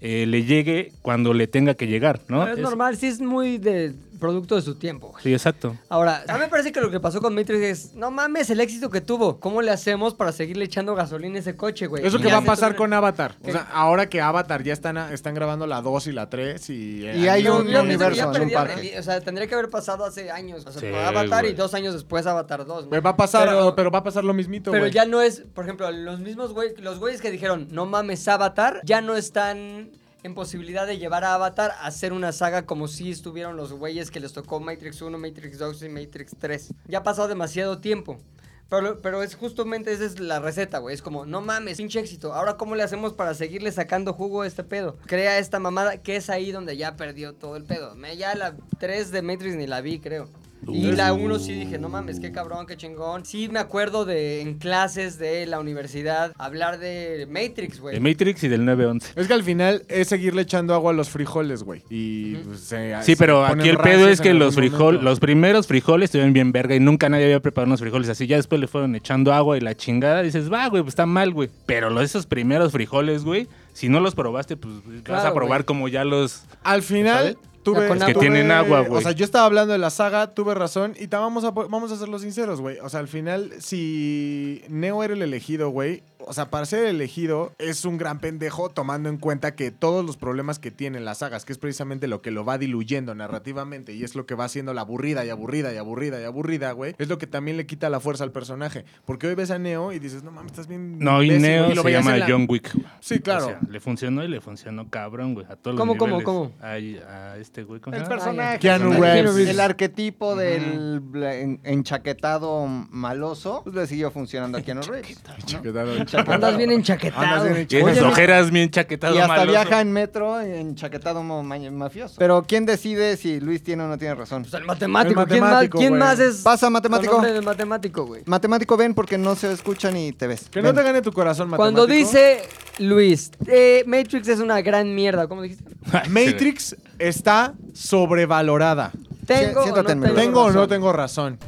Speaker 2: eh, le llegue cuando le tenga que llegar, ¿no?
Speaker 1: Pero es
Speaker 2: Es-
Speaker 1: normal, sí es muy de producto de su tiempo, güey.
Speaker 2: Sí, exacto.
Speaker 1: Ahora, a mí me parece que lo que pasó con Matrix es, no mames, el éxito que tuvo. ¿Cómo le hacemos para seguirle echando gasolina a ese coche, güey?
Speaker 5: Eso
Speaker 1: Y
Speaker 5: que
Speaker 1: ya
Speaker 5: va a
Speaker 1: se
Speaker 5: pasar
Speaker 1: tuvieron-
Speaker 5: con Avatar. O
Speaker 1: ¿Qué?
Speaker 5: sea, ahora que Avatar ya están, están grabando la 2 y la 3 y... eh,
Speaker 3: Y hay
Speaker 1: No,
Speaker 3: un
Speaker 1: yo pienso que
Speaker 3: universo,
Speaker 1: ya
Speaker 3: un
Speaker 1: perdí
Speaker 3: parque.
Speaker 1: reli- O sea, tendría que haber pasado hace años. O sea,
Speaker 2: Sí,
Speaker 1: Avatar
Speaker 2: güey.
Speaker 1: y dos años después Avatar 2. ¿no?
Speaker 5: Güey, eh, Va a pasar,
Speaker 1: Pero-
Speaker 5: pero, va a pasar lo mismito,
Speaker 1: Pero
Speaker 5: güey.
Speaker 1: ya no es, por ejemplo, los mismos güey, los güeyes que dijeron, no mames, Avatar, ya no están en posibilidad de llevar a Avatar a hacer una saga como si estuvieron los güeyes que les tocó Matrix 1, Matrix 2 y Matrix 3. Ya ha pasado demasiado tiempo. Pero, pero es justamente esa es la receta, güey. Es como, no mames, pinche éxito. Ahora, ¿cómo le hacemos para seguirle sacando jugo a este pedo? Crea esta mamada que es ahí donde ya perdió todo el pedo. Me- Ya la 3 de Matrix ni la vi, creo. Y
Speaker 2: Uh.
Speaker 1: la 1 sí dije, no mames, qué cabrón, qué chingón. Sí me acuerdo de en clases de la universidad hablar de Matrix,
Speaker 2: De
Speaker 1: güey.
Speaker 2: Matrix y del 911.
Speaker 5: Es que al final es seguirle echando agua a los frijoles, güey. Y pues, se-
Speaker 2: Sí,
Speaker 5: se
Speaker 2: pero
Speaker 5: ponen
Speaker 2: aquí el
Speaker 5: rancios
Speaker 2: pedo es
Speaker 5: en
Speaker 2: que
Speaker 5: algún
Speaker 2: los frijoles,
Speaker 5: momento.
Speaker 2: los primeros frijoles estuvieron bien verga y nunca nadie había preparado unos frijoles así. Ya después le fueron echando agua y la chingada. Dices, va, güey, pues está mal, güey. Pero los, esos primeros frijoles, güey, si no los probaste, pues vas a
Speaker 1: Claro,
Speaker 2: probar
Speaker 1: güey.
Speaker 2: como ya los.
Speaker 5: Al final, tuve.
Speaker 1: Ya con Es
Speaker 2: que agua. tienen agua, güey.
Speaker 5: O sea, yo estaba hablando de la saga, tuve razón. Y ta- vamos a, po- vamos a serlo sinceros, güey. O sea, al final, si Neo era el elegido, güey. O sea, para ser el elegido, es un gran pendejo tomando en cuenta que todos los problemas que tienen las sagas, que es precisamente lo que lo va diluyendo narrativamente y es lo que va haciendo la aburrida y aburrida y aburrida y aburrida, güey, es lo que también le quita la fuerza al personaje. Porque hoy ves a Neo y dices, no mames, estás bien.
Speaker 2: No, y
Speaker 5: imbécil",
Speaker 2: Neo
Speaker 5: lo
Speaker 2: se
Speaker 5: veías
Speaker 2: llama
Speaker 5: en la-
Speaker 2: John Wick. güey.
Speaker 5: Sí, claro.
Speaker 2: O sea, le funcionó y le funcionó cabrón, güey. A todos
Speaker 1: ¿Cómo,
Speaker 2: los
Speaker 1: cómo,
Speaker 2: niveles.
Speaker 1: cómo?
Speaker 2: Ay, A, este güey, ¿cómo se
Speaker 3: El
Speaker 2: llama?
Speaker 3: personaje.
Speaker 5: Keanu
Speaker 3: el-
Speaker 5: Reeves.
Speaker 3: El arquetipo del bla- en- enchaquetado maloso pues, le siguió funcionando a Keanu Reeves.
Speaker 5: ¿Qué tal?
Speaker 1: Andas bien enchaquetado.
Speaker 5: Andas bien
Speaker 2: Tiene
Speaker 5: Oye,
Speaker 2: esas ojeras bien chaquetadas.
Speaker 3: Y hasta
Speaker 2: maloso.
Speaker 3: viaja en metro enchaquetado mo- ma- mafioso. Pero ¿quién decide si Luis tiene o no tiene razón?
Speaker 1: Pues el matemático.
Speaker 5: El
Speaker 1: ¿Quién más,
Speaker 5: matemático,
Speaker 1: quién
Speaker 5: güey.
Speaker 1: más es
Speaker 3: Pasa, matemático.
Speaker 1: con nombre de matemático, güey?
Speaker 3: Matemático, ven porque no se escucha ni te ves.
Speaker 5: Que no
Speaker 3: Ven.
Speaker 5: te gane tu corazón, matemático.
Speaker 1: Cuando dice Luis, eh, Matrix es una gran mierda, ¿cómo dijiste?
Speaker 2: Ay,
Speaker 5: Matrix está sobrevalorada.
Speaker 1: Tengo o no
Speaker 3: siéntate en mi
Speaker 1: tengo,
Speaker 3: lugar.
Speaker 5: ¿Tengo o no
Speaker 1: razón?
Speaker 5: tengo razón?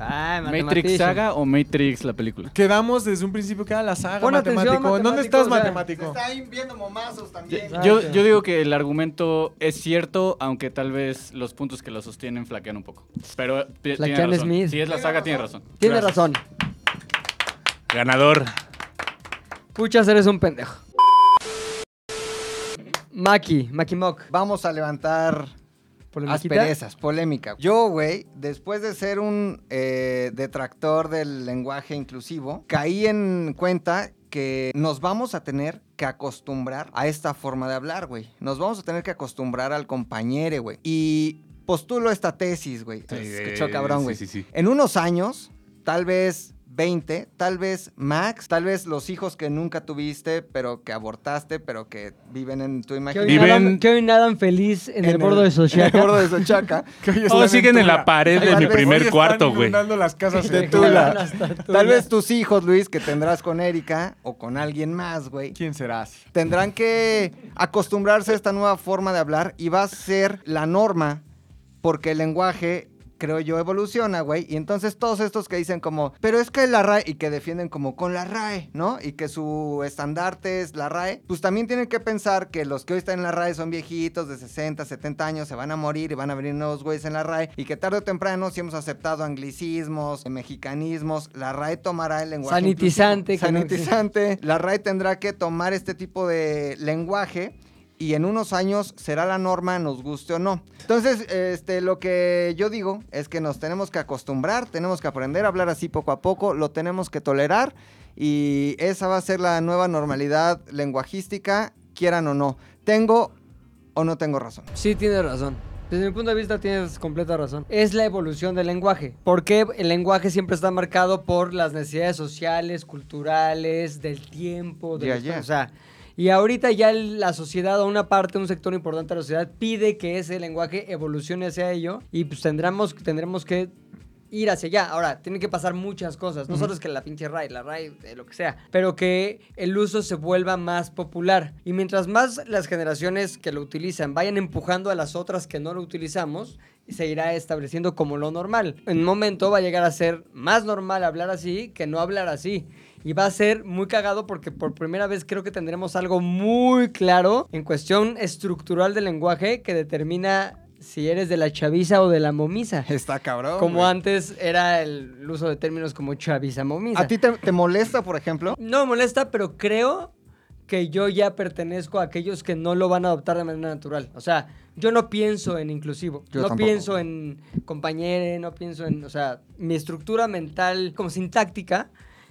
Speaker 1: Ay,
Speaker 6: ¿Matrix
Speaker 1: matematician.
Speaker 6: Saga o Matrix la película?
Speaker 5: Quedamos desde un principio que era la saga,
Speaker 1: Pon atención,
Speaker 5: matemático.
Speaker 1: matemático,
Speaker 5: ¿Dónde estás,
Speaker 1: o sea,
Speaker 3: Se
Speaker 5: matemático?
Speaker 3: está viendo momazos también.
Speaker 6: Yo, yo digo que el argumento es cierto, aunque tal vez los puntos que lo sostienen flaquean un poco. Pero ti- tiene
Speaker 1: Flaquean
Speaker 6: razón.
Speaker 1: Smith.
Speaker 6: Si es la saga, tiene razón.
Speaker 1: Tiene razón.
Speaker 2: Ganador.
Speaker 1: Puchas, eres un pendejo. Maki, Maki Mock.
Speaker 3: Vamos a levantar
Speaker 1: Por la maquita.
Speaker 3: asperezas, polémica. Yo, güey, después de ser un eh, detractor del lenguaje inclusivo, caí en cuenta que nos vamos a tener que acostumbrar a esta forma de hablar, güey. Nos vamos a tener que acostumbrar al compañero, güey. Y postulo esta tesis, güey.
Speaker 2: Sí,
Speaker 3: Escuchó cabrón,
Speaker 2: sí,
Speaker 3: güey.
Speaker 2: sí, sí.
Speaker 3: En unos años, tal vez 20, tal vez max, tal vez los hijos que nunca tuviste, pero que abortaste, pero que viven en tu
Speaker 1: Que
Speaker 3: imaginación.
Speaker 1: hoy,
Speaker 2: Viven-
Speaker 1: nadan, que hoy nadan feliz en, el, bordo de
Speaker 3: En el
Speaker 1: Xochaca.
Speaker 3: bordo de Xochaca.
Speaker 2: Oh, siguen en la pared de
Speaker 3: Tal
Speaker 2: mi
Speaker 3: vez-
Speaker 5: Hoy
Speaker 2: primer
Speaker 5: están
Speaker 2: cuarto, güey.
Speaker 5: inundando las casas
Speaker 3: de
Speaker 5: en
Speaker 3: Tula.
Speaker 5: Tula.
Speaker 3: Tal vez tus hijos, Luis, que tendrás con Erika o con alguien más, güey.
Speaker 5: ¿Quién serás?
Speaker 3: Tendrán que acostumbrarse a esta nueva forma de hablar y va a ser la norma porque el lenguaje, creo yo, evoluciona, güey. Y entonces todos estos que dicen como, pero es que la RAE, y que defienden como con la RAE, ¿no? Y que su estandarte es la RAE, pues también tienen que pensar que los que hoy están en la RAE son viejitos de 60, 70 años, se van a morir y van a venir nuevos güeyes en la RAE, y que tarde o temprano, si hemos aceptado anglicismos, eh, mexicanismos, la RAE tomará el lenguaje.
Speaker 1: Sanitizante,
Speaker 3: inclusivo.
Speaker 1: que no existe.
Speaker 3: Sanitizante. La RAE tendrá que tomar este tipo de lenguaje y en unos años será la norma, nos guste o no. Entonces, este, lo que yo digo es que nos tenemos que acostumbrar, tenemos que aprender a hablar así poco a poco, lo tenemos que tolerar y esa va a ser la nueva normalidad lenguajística, quieran o no. Tengo o no tengo razón.
Speaker 1: Sí, tienes razón. Desde mi punto de vista tienes completa razón. Es la evolución del lenguaje. Porque el lenguaje siempre está marcado por las necesidades sociales, culturales, del tiempo, de
Speaker 3: Ya,
Speaker 1: los-
Speaker 3: ya.
Speaker 1: o sea, y ahorita ya el- la sociedad, o una parte, un sector importante de la sociedad, pide que ese lenguaje evolucione hacia ello. Y pues tendremos, tendremos que ir hacia allá. Ahora, tienen que pasar muchas cosas. No solo es que la pinche RAI, la RAI, eh, lo que sea. Pero que el uso se vuelva más popular. Y mientras más las generaciones que lo utilizan vayan empujando a las otras que no lo utilizamos, se irá estableciendo como lo normal. En un momento va a llegar a ser más normal hablar así que no hablar así. Y va a ser muy cagado porque por primera vez creo que tendremos algo muy claro en cuestión estructural del lenguaje que determina si eres de la chaviza o de la momisa.
Speaker 3: Está cabrón.
Speaker 1: Como
Speaker 3: güey.
Speaker 1: antes era el uso de términos como chaviza momisa.
Speaker 3: ¿A ti te, te molesta, por ejemplo?
Speaker 1: No me molesta, pero creo que yo ya pertenezco a aquellos que no lo van a adoptar de manera natural. O sea, yo no pienso en inclusivo.
Speaker 3: Yo
Speaker 1: no
Speaker 3: tampoco.
Speaker 1: pienso en compañere, no pienso en. O sea, mi estructura mental como sintáctica.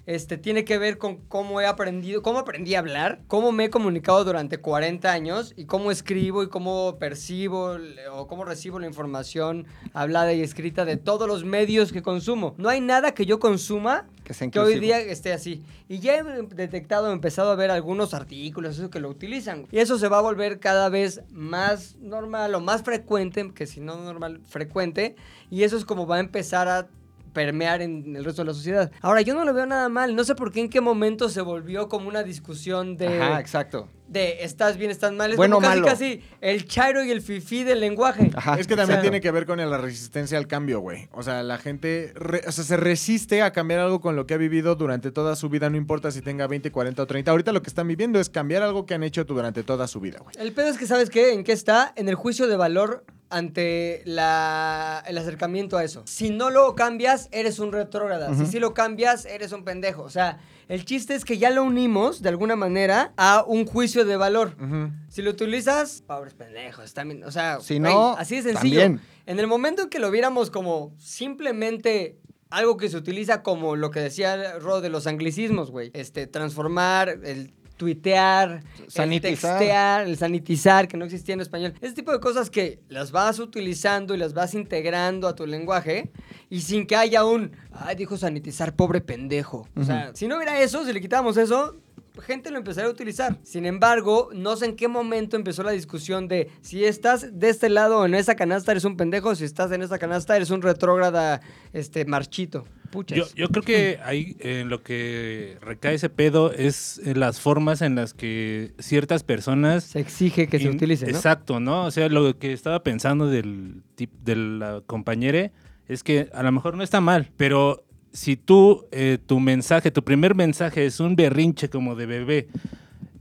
Speaker 1: Este, tiene que ver con cómo he aprendido, cómo aprendí a hablar, cómo me he comunicado durante 40 años y cómo escribo y cómo percibo l- o cómo recibo la información hablada y escrita de todos los medios que consumo. No hay nada que yo consuma
Speaker 3: Que sea
Speaker 1: que hoy
Speaker 3: inclusivo.
Speaker 1: día esté así. Y ya he detectado, he empezado a ver algunos artículos, eso que lo utilizan. Y eso se va a volver cada vez más normal o más frecuente, que si no normal, frecuente. Y eso es como va a empezar a permear en el resto de la sociedad. Ahora, yo no lo veo nada mal. No sé por qué en qué momento se volvió como una discusión de
Speaker 3: Ajá, exacto.
Speaker 1: de estás bien, estás mal. Es
Speaker 3: Bueno,
Speaker 1: como casi,
Speaker 3: malo.
Speaker 1: casi el chairo y el fifí del lenguaje.
Speaker 3: Ajá.
Speaker 5: es que también
Speaker 3: exacto.
Speaker 5: tiene que ver con la resistencia al cambio, güey. O sea, la gente re- o sea, se resiste a cambiar algo con lo que ha vivido durante toda su vida, no importa si tenga 20, 40 o 30. Ahorita lo que están viviendo es cambiar algo que han hecho durante toda su vida, güey.
Speaker 1: El pedo es que, ¿sabes qué? ¿En qué está? En el juicio de valor ante la, el acercamiento a eso. Si no lo cambias, eres un retrógrada. Si sí lo cambias, eres un pendejo. O sea, el chiste es que ya lo unimos, de alguna manera, a un juicio de valor.
Speaker 5: Ujú.
Speaker 1: Si lo utilizas, pobres pendejos, también, o sea,
Speaker 3: Si
Speaker 1: güey,
Speaker 3: no,
Speaker 1: así de sencillo.
Speaker 3: también.
Speaker 1: En el momento en que lo viéramos como simplemente algo que se utiliza como lo que decía Rod de los anglicismos, güey, este transformar el tuitear,
Speaker 3: Sanitizar.
Speaker 1: el textear, el sanitizar que no existía en español. Ese tipo de cosas que las vas utilizando y las vas integrando a tu lenguaje y sin que haya un, ay, dijo sanitizar, pobre pendejo. O sea, si no hubiera eso, si le quitamos eso, gente lo empezaría a utilizar. Sin embargo, no sé en qué momento empezó la discusión de si estás de este lado o en esa canasta eres un pendejo, si estás en esa canasta eres un retrógrada este marchito. Puchas.
Speaker 2: Yo, yo creo que ahí eh, en lo que recae ese pedo es en las formas en las que ciertas personas
Speaker 1: se exige que se
Speaker 2: In-
Speaker 1: utilice, ¿no?
Speaker 2: Exacto, ¿no? O sea, lo que estaba pensando del tip de la compañera es que a lo mejor no está mal, pero si tú, eh, tu mensaje, tu primer mensaje es un berrinche como de bebé,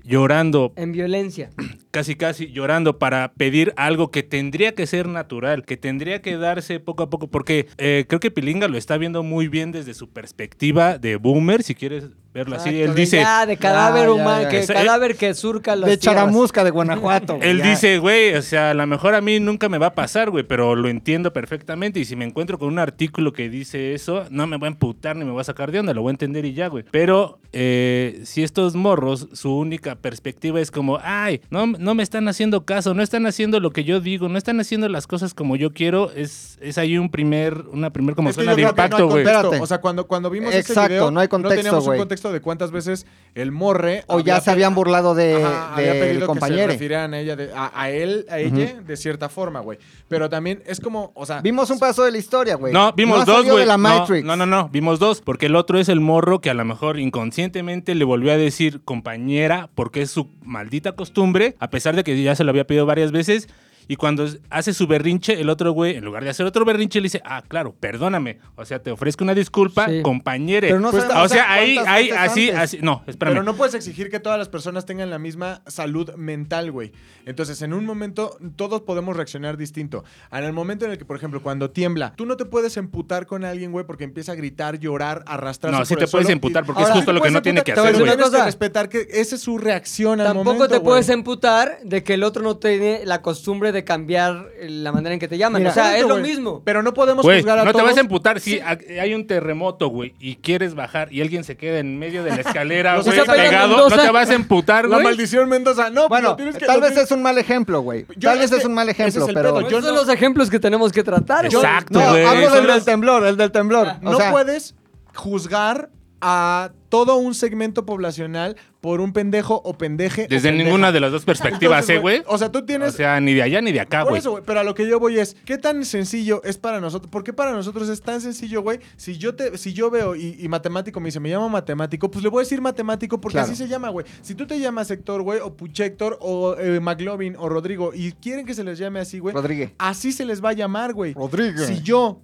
Speaker 2: llorando,
Speaker 1: En violencia.
Speaker 2: casi casi llorando para pedir algo que tendría que ser natural, que tendría que darse poco a poco, porque eh, creo que Pilinga lo está viendo muy bien desde su perspectiva de boomer, si quieres verlo así.
Speaker 1: Exacto,
Speaker 2: Él
Speaker 1: de
Speaker 2: dice...
Speaker 1: ya, de cadáver
Speaker 3: Ya, ya,
Speaker 1: humano,
Speaker 3: ya.
Speaker 1: que
Speaker 2: Ese-
Speaker 1: cadáver que surca las
Speaker 3: De
Speaker 1: tierras.
Speaker 3: Charamusca, de Guanajuato. güey,
Speaker 2: Él
Speaker 3: ya.
Speaker 2: dice, güey, o sea, a lo mejor a mí nunca me va a pasar, güey, pero lo entiendo perfectamente. Y si me encuentro con un artículo que dice eso, no me voy a emputar ni me voy a sacar de onda, lo voy a entender y ya, güey. Pero eh, si estos morros, su única perspectiva es como, ay, no, no no me están haciendo caso, no están haciendo lo que yo digo, no están haciendo las cosas como yo quiero, es, es ahí un primer, una primer como
Speaker 5: Es que
Speaker 2: zona
Speaker 5: yo
Speaker 2: de
Speaker 5: creo que
Speaker 2: impacto,
Speaker 5: no hay
Speaker 2: güey.
Speaker 5: contexto.
Speaker 3: Espérate.
Speaker 5: O sea, cuando, cuando vimos ese
Speaker 3: Exacto,
Speaker 5: video,
Speaker 3: no hay contexto,
Speaker 5: teníamos un
Speaker 3: güey.
Speaker 5: contexto de cuántas veces el morre...
Speaker 3: O ya
Speaker 5: había
Speaker 3: se habían burlado de,
Speaker 5: Ajá, había
Speaker 3: del
Speaker 5: pedido que se
Speaker 3: compañero.
Speaker 5: refirieran a, ella de- a, a él, a ella, de cierta forma, güey. Pero también es como, o sea...
Speaker 3: Vimos un paso de la historia, güey.
Speaker 2: No, vimos
Speaker 3: ha
Speaker 2: dos,
Speaker 3: salido
Speaker 2: güey.
Speaker 3: de la
Speaker 2: No,
Speaker 3: Matrix.
Speaker 2: no, no, no, vimos dos, porque el otro es el morro que a lo mejor inconscientemente le volvió a decir compañera porque es su maldita costumbre, a pesar de que ya se lo había pedido varias veces. Y cuando es- hace su berrinche, el otro güey, en lugar de hacer otro berrinche, le dice, ah, claro, perdóname. O sea, te ofrezco una disculpa,
Speaker 1: Sí.
Speaker 2: compañere.
Speaker 3: Pero no
Speaker 2: Pues,
Speaker 3: sabemos
Speaker 2: o sea, ahí,
Speaker 3: cuántas
Speaker 2: ahí,
Speaker 3: veces
Speaker 2: así,
Speaker 3: antes.
Speaker 2: así. No, espérame.
Speaker 5: Pero no puedes exigir que todas las personas tengan la misma salud mental, güey. Entonces, en un momento, todos podemos reaccionar distinto. En el momento en el que, por ejemplo, cuando tiembla, tú no te puedes emputar con alguien, güey, porque empieza a gritar, llorar, arrastrarse.
Speaker 2: No,
Speaker 5: por
Speaker 2: sí
Speaker 5: el
Speaker 2: te puedes
Speaker 5: suelo.
Speaker 2: emputar, porque
Speaker 5: Ahora,
Speaker 2: es
Speaker 5: sí
Speaker 2: justo
Speaker 5: te
Speaker 2: lo que
Speaker 5: puedes
Speaker 2: no tiene
Speaker 5: emputar,
Speaker 2: que
Speaker 5: pero
Speaker 2: hacer,
Speaker 1: voy a decir
Speaker 2: güey.
Speaker 5: Tienes
Speaker 1: Una
Speaker 5: que
Speaker 1: cosa.
Speaker 5: respetar que esa es su reacción al
Speaker 1: Tampoco
Speaker 5: momento,
Speaker 1: te puedes em-,
Speaker 5: güey.
Speaker 1: emputar de que el otro no tiene la costumbre de cambiar eh, la manera en que te llaman.
Speaker 5: Mira,
Speaker 1: o sea, es
Speaker 5: exacto,
Speaker 1: lo
Speaker 5: güey.
Speaker 1: mismo.
Speaker 5: Pero no podemos
Speaker 2: Güey,
Speaker 5: juzgar a
Speaker 2: no te
Speaker 5: todos.
Speaker 2: vas a emputar si a- hay un terremoto, güey, y quieres bajar y alguien se queda en medio de la escalera,
Speaker 5: Los
Speaker 2: güey,
Speaker 5: está pegando
Speaker 2: pegado. No
Speaker 1: Mendoza.
Speaker 2: te vas a emputar,
Speaker 5: La
Speaker 2: güey.
Speaker 5: maldición Mendoza. No,
Speaker 3: Bueno,
Speaker 5: pero tienes que-
Speaker 3: tal
Speaker 5: lo
Speaker 3: vez
Speaker 5: tienes-
Speaker 3: es un mal ejemplo, güey.
Speaker 5: Yo-
Speaker 3: Tal vez
Speaker 5: es
Speaker 3: es
Speaker 5: que
Speaker 3: un mal
Speaker 5: ese es
Speaker 3: ejemplo,
Speaker 5: el
Speaker 3: pero...
Speaker 5: pedo, yo
Speaker 1: Esos son
Speaker 5: no-
Speaker 1: los ejemplos que tenemos que tratar. güey.
Speaker 2: Exacto,
Speaker 3: No,
Speaker 2: güey.
Speaker 3: hablo
Speaker 2: Son
Speaker 3: del del
Speaker 2: las-
Speaker 3: temblor, el del temblor. O
Speaker 5: Ah, No
Speaker 3: sea,
Speaker 5: puedes juzgar a todo un segmento poblacional por un pendejo o pendeje. o
Speaker 2: Desde
Speaker 5: pendeja.
Speaker 2: ninguna de las dos perspectivas,
Speaker 5: Entonces,
Speaker 2: ¿eh, güey?
Speaker 5: O sea, tú tienes.
Speaker 2: O sea, ni de allá ni de acá,
Speaker 5: por
Speaker 2: güey.
Speaker 5: eso, güey. Pero a lo que yo voy es, ¿qué tan sencillo es para nosotros? ¿Por qué para nosotros es tan sencillo, güey? Si yo te, si yo veo y, y matemático me dice, me llamo matemático, pues le voy a decir matemático porque
Speaker 3: Claro.
Speaker 5: así se llama, güey. Si tú te llamas Héctor, güey, o Puchector, o eh, McLovin, o Rodrigo, y quieren que se les llame así, güey,
Speaker 3: Rodríguez.
Speaker 5: así se les va a llamar, güey.
Speaker 3: Rodríguez.
Speaker 5: Si yo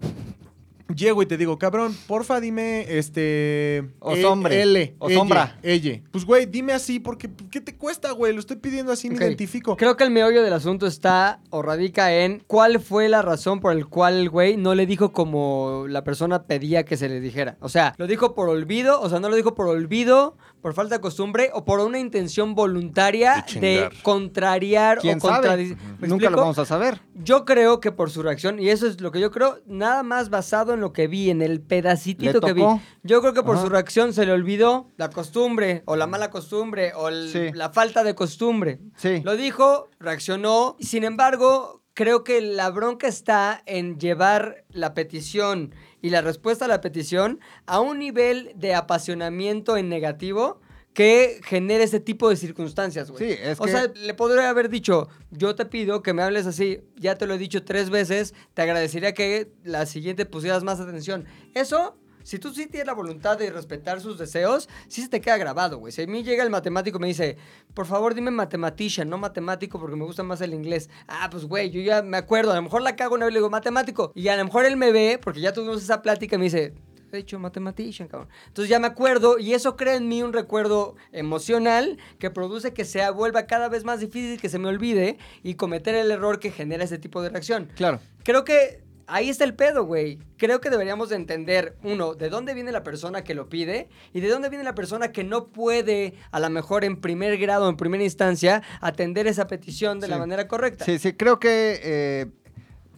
Speaker 5: llego y te digo, cabrón, porfa, dime este.
Speaker 3: O
Speaker 5: eh,
Speaker 3: sombre.
Speaker 5: L.
Speaker 3: O
Speaker 5: ella,
Speaker 3: sombra.
Speaker 5: Ella. Pues, güey, dime así, porque ¿qué te cuesta, güey? Lo estoy pidiendo así,
Speaker 1: Ok.
Speaker 5: me identifico.
Speaker 1: Creo que el meollo del asunto está o radica en cuál fue la razón por el cual el güey no le dijo como la persona pedía que se le dijera. O sea, lo dijo por olvido, o sea, no lo dijo por olvido, por falta de costumbre o por una intención voluntaria
Speaker 2: De
Speaker 1: de
Speaker 2: chingar.
Speaker 1: contrariar o
Speaker 3: ¿Quién sabe?
Speaker 1: contradecir.
Speaker 3: Nunca lo vamos a saber.
Speaker 1: Yo creo que por su reacción, y eso es lo que yo creo, nada más basado en lo que vi, en el
Speaker 3: Le
Speaker 1: pedacitito que vi.
Speaker 3: tocó.
Speaker 1: Yo creo que por
Speaker 3: Ajá. Mm.
Speaker 1: su reacción se le olvidó la costumbre, o la mala costumbre, o el-
Speaker 3: Sí.
Speaker 1: la falta de costumbre.
Speaker 3: Sí.
Speaker 1: Lo dijo, reaccionó. Sin embargo, creo que la bronca está en llevar la petición y la respuesta a la petición a un nivel de apasionamiento en negativo que genere ese tipo de circunstancias, güey.
Speaker 3: Sí, es
Speaker 1: o
Speaker 3: que-
Speaker 1: sea, le podría haber dicho, yo te pido que me hables así, ya te lo he dicho tres veces, te agradecería que la siguiente pusieras más atención. Eso, si tú sí tienes la voluntad de respetar sus deseos, sí se te queda grabado, güey. Si a mí llega el matemático y me dice, por favor dime matematician, no matemático porque me gusta más el inglés. Ah, pues güey, yo ya me acuerdo, a lo mejor la cago una vez y le digo matemático. Y a lo mejor él me ve, porque ya tuvimos esa plática, y me dice, de hecho, mathematician, cabrón. Entonces ya me acuerdo y eso crea en mí un recuerdo emocional que produce que se vuelva cada vez más difícil que se me olvide y cometer el error que genera ese tipo de reacción.
Speaker 3: Claro.
Speaker 1: Creo que ahí está el pedo, güey. Creo que deberíamos de entender, uno, de dónde viene la persona que lo pide y de dónde viene la persona que no puede, a lo mejor en primer grado, en primera instancia, atender esa petición de la manera correcta.
Speaker 3: Sí, sí, creo que eh,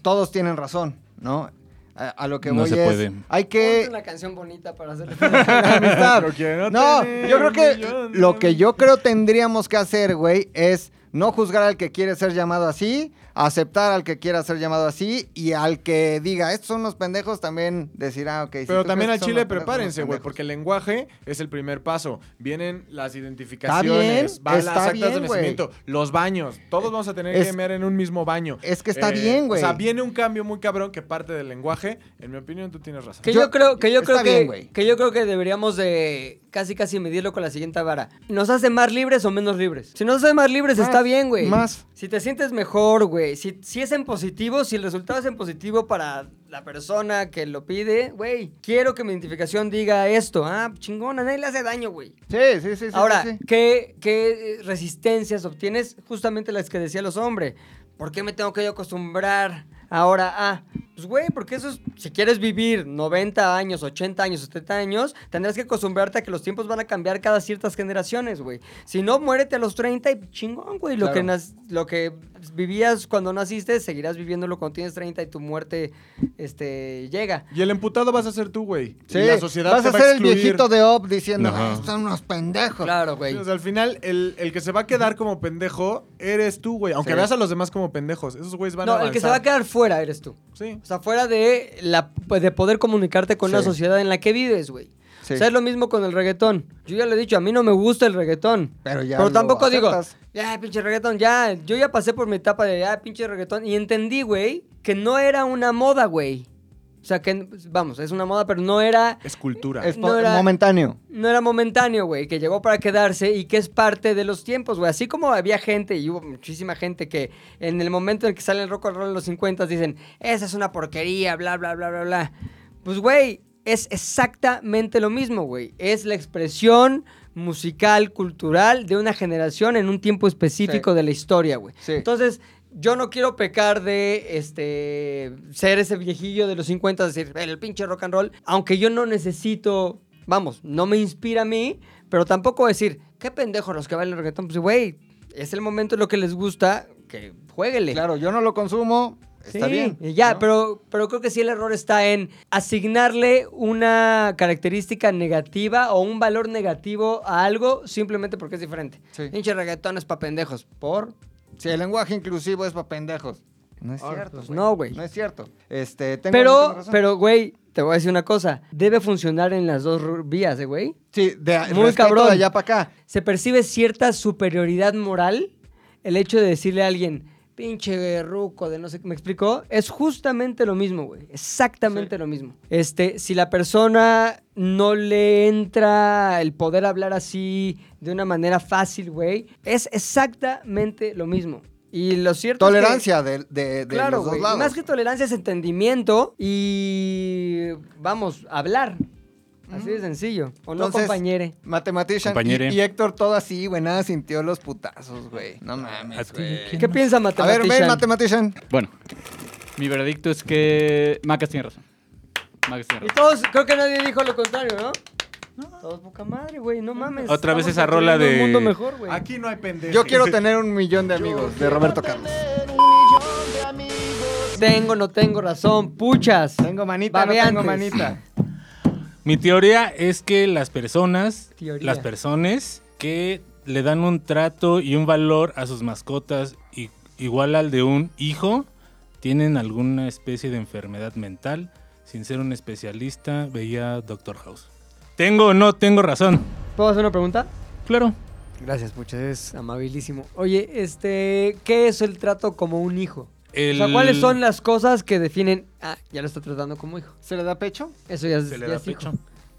Speaker 3: todos tienen razón, ¿no? A, a lo que
Speaker 2: No
Speaker 3: voy
Speaker 2: se
Speaker 3: es,
Speaker 2: puede.
Speaker 3: Hay
Speaker 1: Ponte
Speaker 3: que...
Speaker 1: una canción bonita para hacer
Speaker 3: la amistad.
Speaker 5: Pero que no
Speaker 3: No,
Speaker 5: tener
Speaker 3: yo creo
Speaker 5: un
Speaker 3: que
Speaker 5: millón,
Speaker 3: lo
Speaker 5: no
Speaker 3: que
Speaker 5: mames.
Speaker 3: yo creo tendríamos que hacer, güey, es no juzgar al que quiere ser llamado así, aceptar al que quiera ser llamado así y al que diga, estos son los pendejos, también decir, ah, ok. si
Speaker 5: Pero
Speaker 3: tú
Speaker 5: también al
Speaker 3: crees que son
Speaker 5: chile
Speaker 3: los pendejos,
Speaker 5: prepárense,
Speaker 3: son los
Speaker 5: güey,
Speaker 3: pendejos.
Speaker 5: porque el lenguaje es el primer paso. Vienen las
Speaker 3: bien,
Speaker 5: identificaciones, van las
Speaker 3: está
Speaker 5: actas de
Speaker 3: bien, güey.
Speaker 5: nacimiento, los baños. Todos vamos a tener
Speaker 3: Es-
Speaker 5: que mear en un mismo baño. Eh,
Speaker 3: es que está bien, güey.
Speaker 5: O sea, viene un cambio muy cabrón que parte del lenguaje. En mi opinión, tú tienes razón.
Speaker 1: Que
Speaker 3: Yo-
Speaker 1: yo, creo, que yo creo
Speaker 3: está bien,
Speaker 1: que,
Speaker 3: güey.
Speaker 1: que yo creo que deberíamos de casi casi medirlo con la siguiente vara. ¿Nos hace más libres o menos libres? Si nos hace más libres,
Speaker 3: Más,
Speaker 1: está bien, güey.
Speaker 3: más.
Speaker 1: Si te sientes mejor, güey. Si, si es en positivo, si el resultado es en positivo para la persona que lo pide, güey. Quiero que mi identificación diga esto. Ah, chingón, a nadie le hace daño, güey.
Speaker 3: Sí, sí, sí. sí,
Speaker 1: Ahora,
Speaker 3: sí, sí.
Speaker 1: ¿qué, eh, qué resistencias obtienes? Justamente las que decía los hombres. ¿Por qué me tengo que yo acostumbrar Ahora, ah, pues güey, porque eso es, si quieres vivir 90 años, 80 años, 70 años, tendrás que acostumbrarte a que los tiempos van a cambiar cada ciertas generaciones, güey. Si no, muérete a los 30 y chingón, güey. Lo,
Speaker 7: Claro.
Speaker 1: que nas- lo que vivías cuando naciste, seguirás viviéndolo cuando tienes 30 y tu muerte este, llega.
Speaker 5: Y el emputado vas a ser tú, güey.
Speaker 3: Sí,
Speaker 5: Y la sociedad
Speaker 3: vas
Speaker 5: te
Speaker 3: a
Speaker 5: va
Speaker 3: ser el
Speaker 5: excluir.
Speaker 3: viejito de OP diciendo,
Speaker 2: Ajá.
Speaker 3: "Ay, son unos pendejos.
Speaker 1: Claro, güey.
Speaker 5: O sea, al final, el, el que se va a quedar como pendejo eres tú, güey. Aunque veas a los demás como pendejos. Esos güeyes van a
Speaker 1: No,
Speaker 5: avanzar.
Speaker 1: el que se va a quedar fuera eres tú.
Speaker 5: Sí.
Speaker 1: O sea, fuera de, la, pues, de poder comunicarte con
Speaker 3: Sí.
Speaker 1: la sociedad en la que vives, güey.
Speaker 3: Sí.
Speaker 1: O sea, es lo mismo con el reggaetón. Yo ya lo he dicho, a mí no me gusta el reggaetón.
Speaker 3: Pero ya
Speaker 1: Pero
Speaker 3: lo
Speaker 1: tampoco digo,
Speaker 3: aceptas.
Speaker 1: ya, pinche reggaetón, ya. Yo ya pasé por mi etapa de, ah, pinche reggaetón. Y entendí, güey, que no era una moda, güey. O sea, que, pues, vamos, es una moda, pero no era,
Speaker 5: Es cultura.
Speaker 3: Es
Speaker 1: No
Speaker 3: po-
Speaker 1: era-
Speaker 3: momentáneo.
Speaker 1: no era momentáneo, güey. Que llegó para quedarse y que es parte de los tiempos, güey. Así como había gente, y hubo muchísima gente que en el momento en el que sale el rock and roll en los 50 dicen, esa es una porquería, bla, bla, bla, bla, bla. Pues, güey, es exactamente lo mismo, güey. Es la expresión musical, cultural de una generación en un tiempo específico de la historia, güey.
Speaker 3: Sí.
Speaker 1: Entonces, yo no quiero pecar de este ser ese viejillo de los 50, decir, el pinche rock and roll, aunque yo no necesito, vamos, no me inspira a mí, pero tampoco decir, qué pendejo los que bailan reggaetón, pues güey, es el momento lo que les gusta, que jueguele.
Speaker 3: Claro, yo no lo consumo, está
Speaker 1: Sí,
Speaker 3: bien.
Speaker 1: y Ya,
Speaker 3: ¿no?
Speaker 1: pero, pero creo que sí el error está en asignarle una característica negativa o un valor negativo a algo simplemente porque es diferente.
Speaker 3: Sí.
Speaker 1: Pinche reggaetón es pa' pendejos. ¿Por?
Speaker 3: Si el lenguaje inclusivo es para pendejos. No es cierto.
Speaker 1: pues no, güey.
Speaker 3: No es cierto. Este, tengo tengo
Speaker 1: Pero,
Speaker 3: razón.
Speaker 1: pero, güey, te voy a decir una cosa. Debe funcionar en las dos ru- vías, eh, güey.
Speaker 3: Sí, de,
Speaker 1: Muy
Speaker 3: respeto
Speaker 1: cabrón.
Speaker 3: de allá para acá.
Speaker 1: Se percibe cierta superioridad moral el hecho de decirle a alguien, pinche ruco de no sé qué, ¿me explicó? Es justamente lo mismo, güey. Exactamente lo mismo. Este, si la persona no le entra el poder hablar así de una manera fácil, güey, es exactamente lo mismo. Y lo cierto es que-
Speaker 3: Tolerancia de, de, de
Speaker 1: Claro,
Speaker 3: los dos
Speaker 1: güey.
Speaker 3: lados.
Speaker 1: Más que tolerancia es entendimiento y vamos, hablar. Así de sencillo. O no
Speaker 3: Mm. Entonces,
Speaker 1: compañere.
Speaker 3: Mathematician
Speaker 2: Compañere.
Speaker 3: y, y Héctor todo así, güey, nada sintió los putazos, güey. No
Speaker 1: Ah,
Speaker 3: mames, güey.
Speaker 1: ¿Qué piensa
Speaker 3: A ver,
Speaker 1: matemáticas?
Speaker 3: ven, Mathematician.
Speaker 8: Bueno, mi veredicto es que Macas tiene razón. Macas tiene
Speaker 1: y
Speaker 8: razón.
Speaker 1: todos, creo que nadie dijo lo contrario, ¿no? Todos poca madre, güey, no mames.
Speaker 2: Otra vez
Speaker 1: estamos
Speaker 2: esa rola
Speaker 1: construyendo
Speaker 2: de-
Speaker 1: Un mundo mejor, güey.
Speaker 5: Aquí no hay pendejos.
Speaker 3: Yo quiero tener un millón de amigos de Roberto Carlos.
Speaker 1: Tengo, no tengo razón, puchas.
Speaker 3: Tengo manita, no tengo
Speaker 1: Babeantes.
Speaker 3: manita.
Speaker 2: Mi teoría es que las personas,
Speaker 1: Teoría.
Speaker 2: las personas que le dan un trato y un valor a sus mascotas i- igual al de un hijo, tienen alguna especie de enfermedad mental. Sin ser un especialista, veía Doctor House. ¿Tengo o no tengo razón?
Speaker 1: ¿Puedo hacer una pregunta?
Speaker 2: Claro.
Speaker 1: Gracias, puchas, es amabilísimo. Oye, este, ¿qué es el trato como un hijo?
Speaker 2: El-
Speaker 1: O sea, ¿cuáles son las cosas que definen, ah, ya lo está tratando como hijo?
Speaker 3: ¿Se le da pecho?
Speaker 1: Eso ya es,
Speaker 2: Se le
Speaker 1: ya
Speaker 2: da
Speaker 1: es hijo.
Speaker 2: pecho.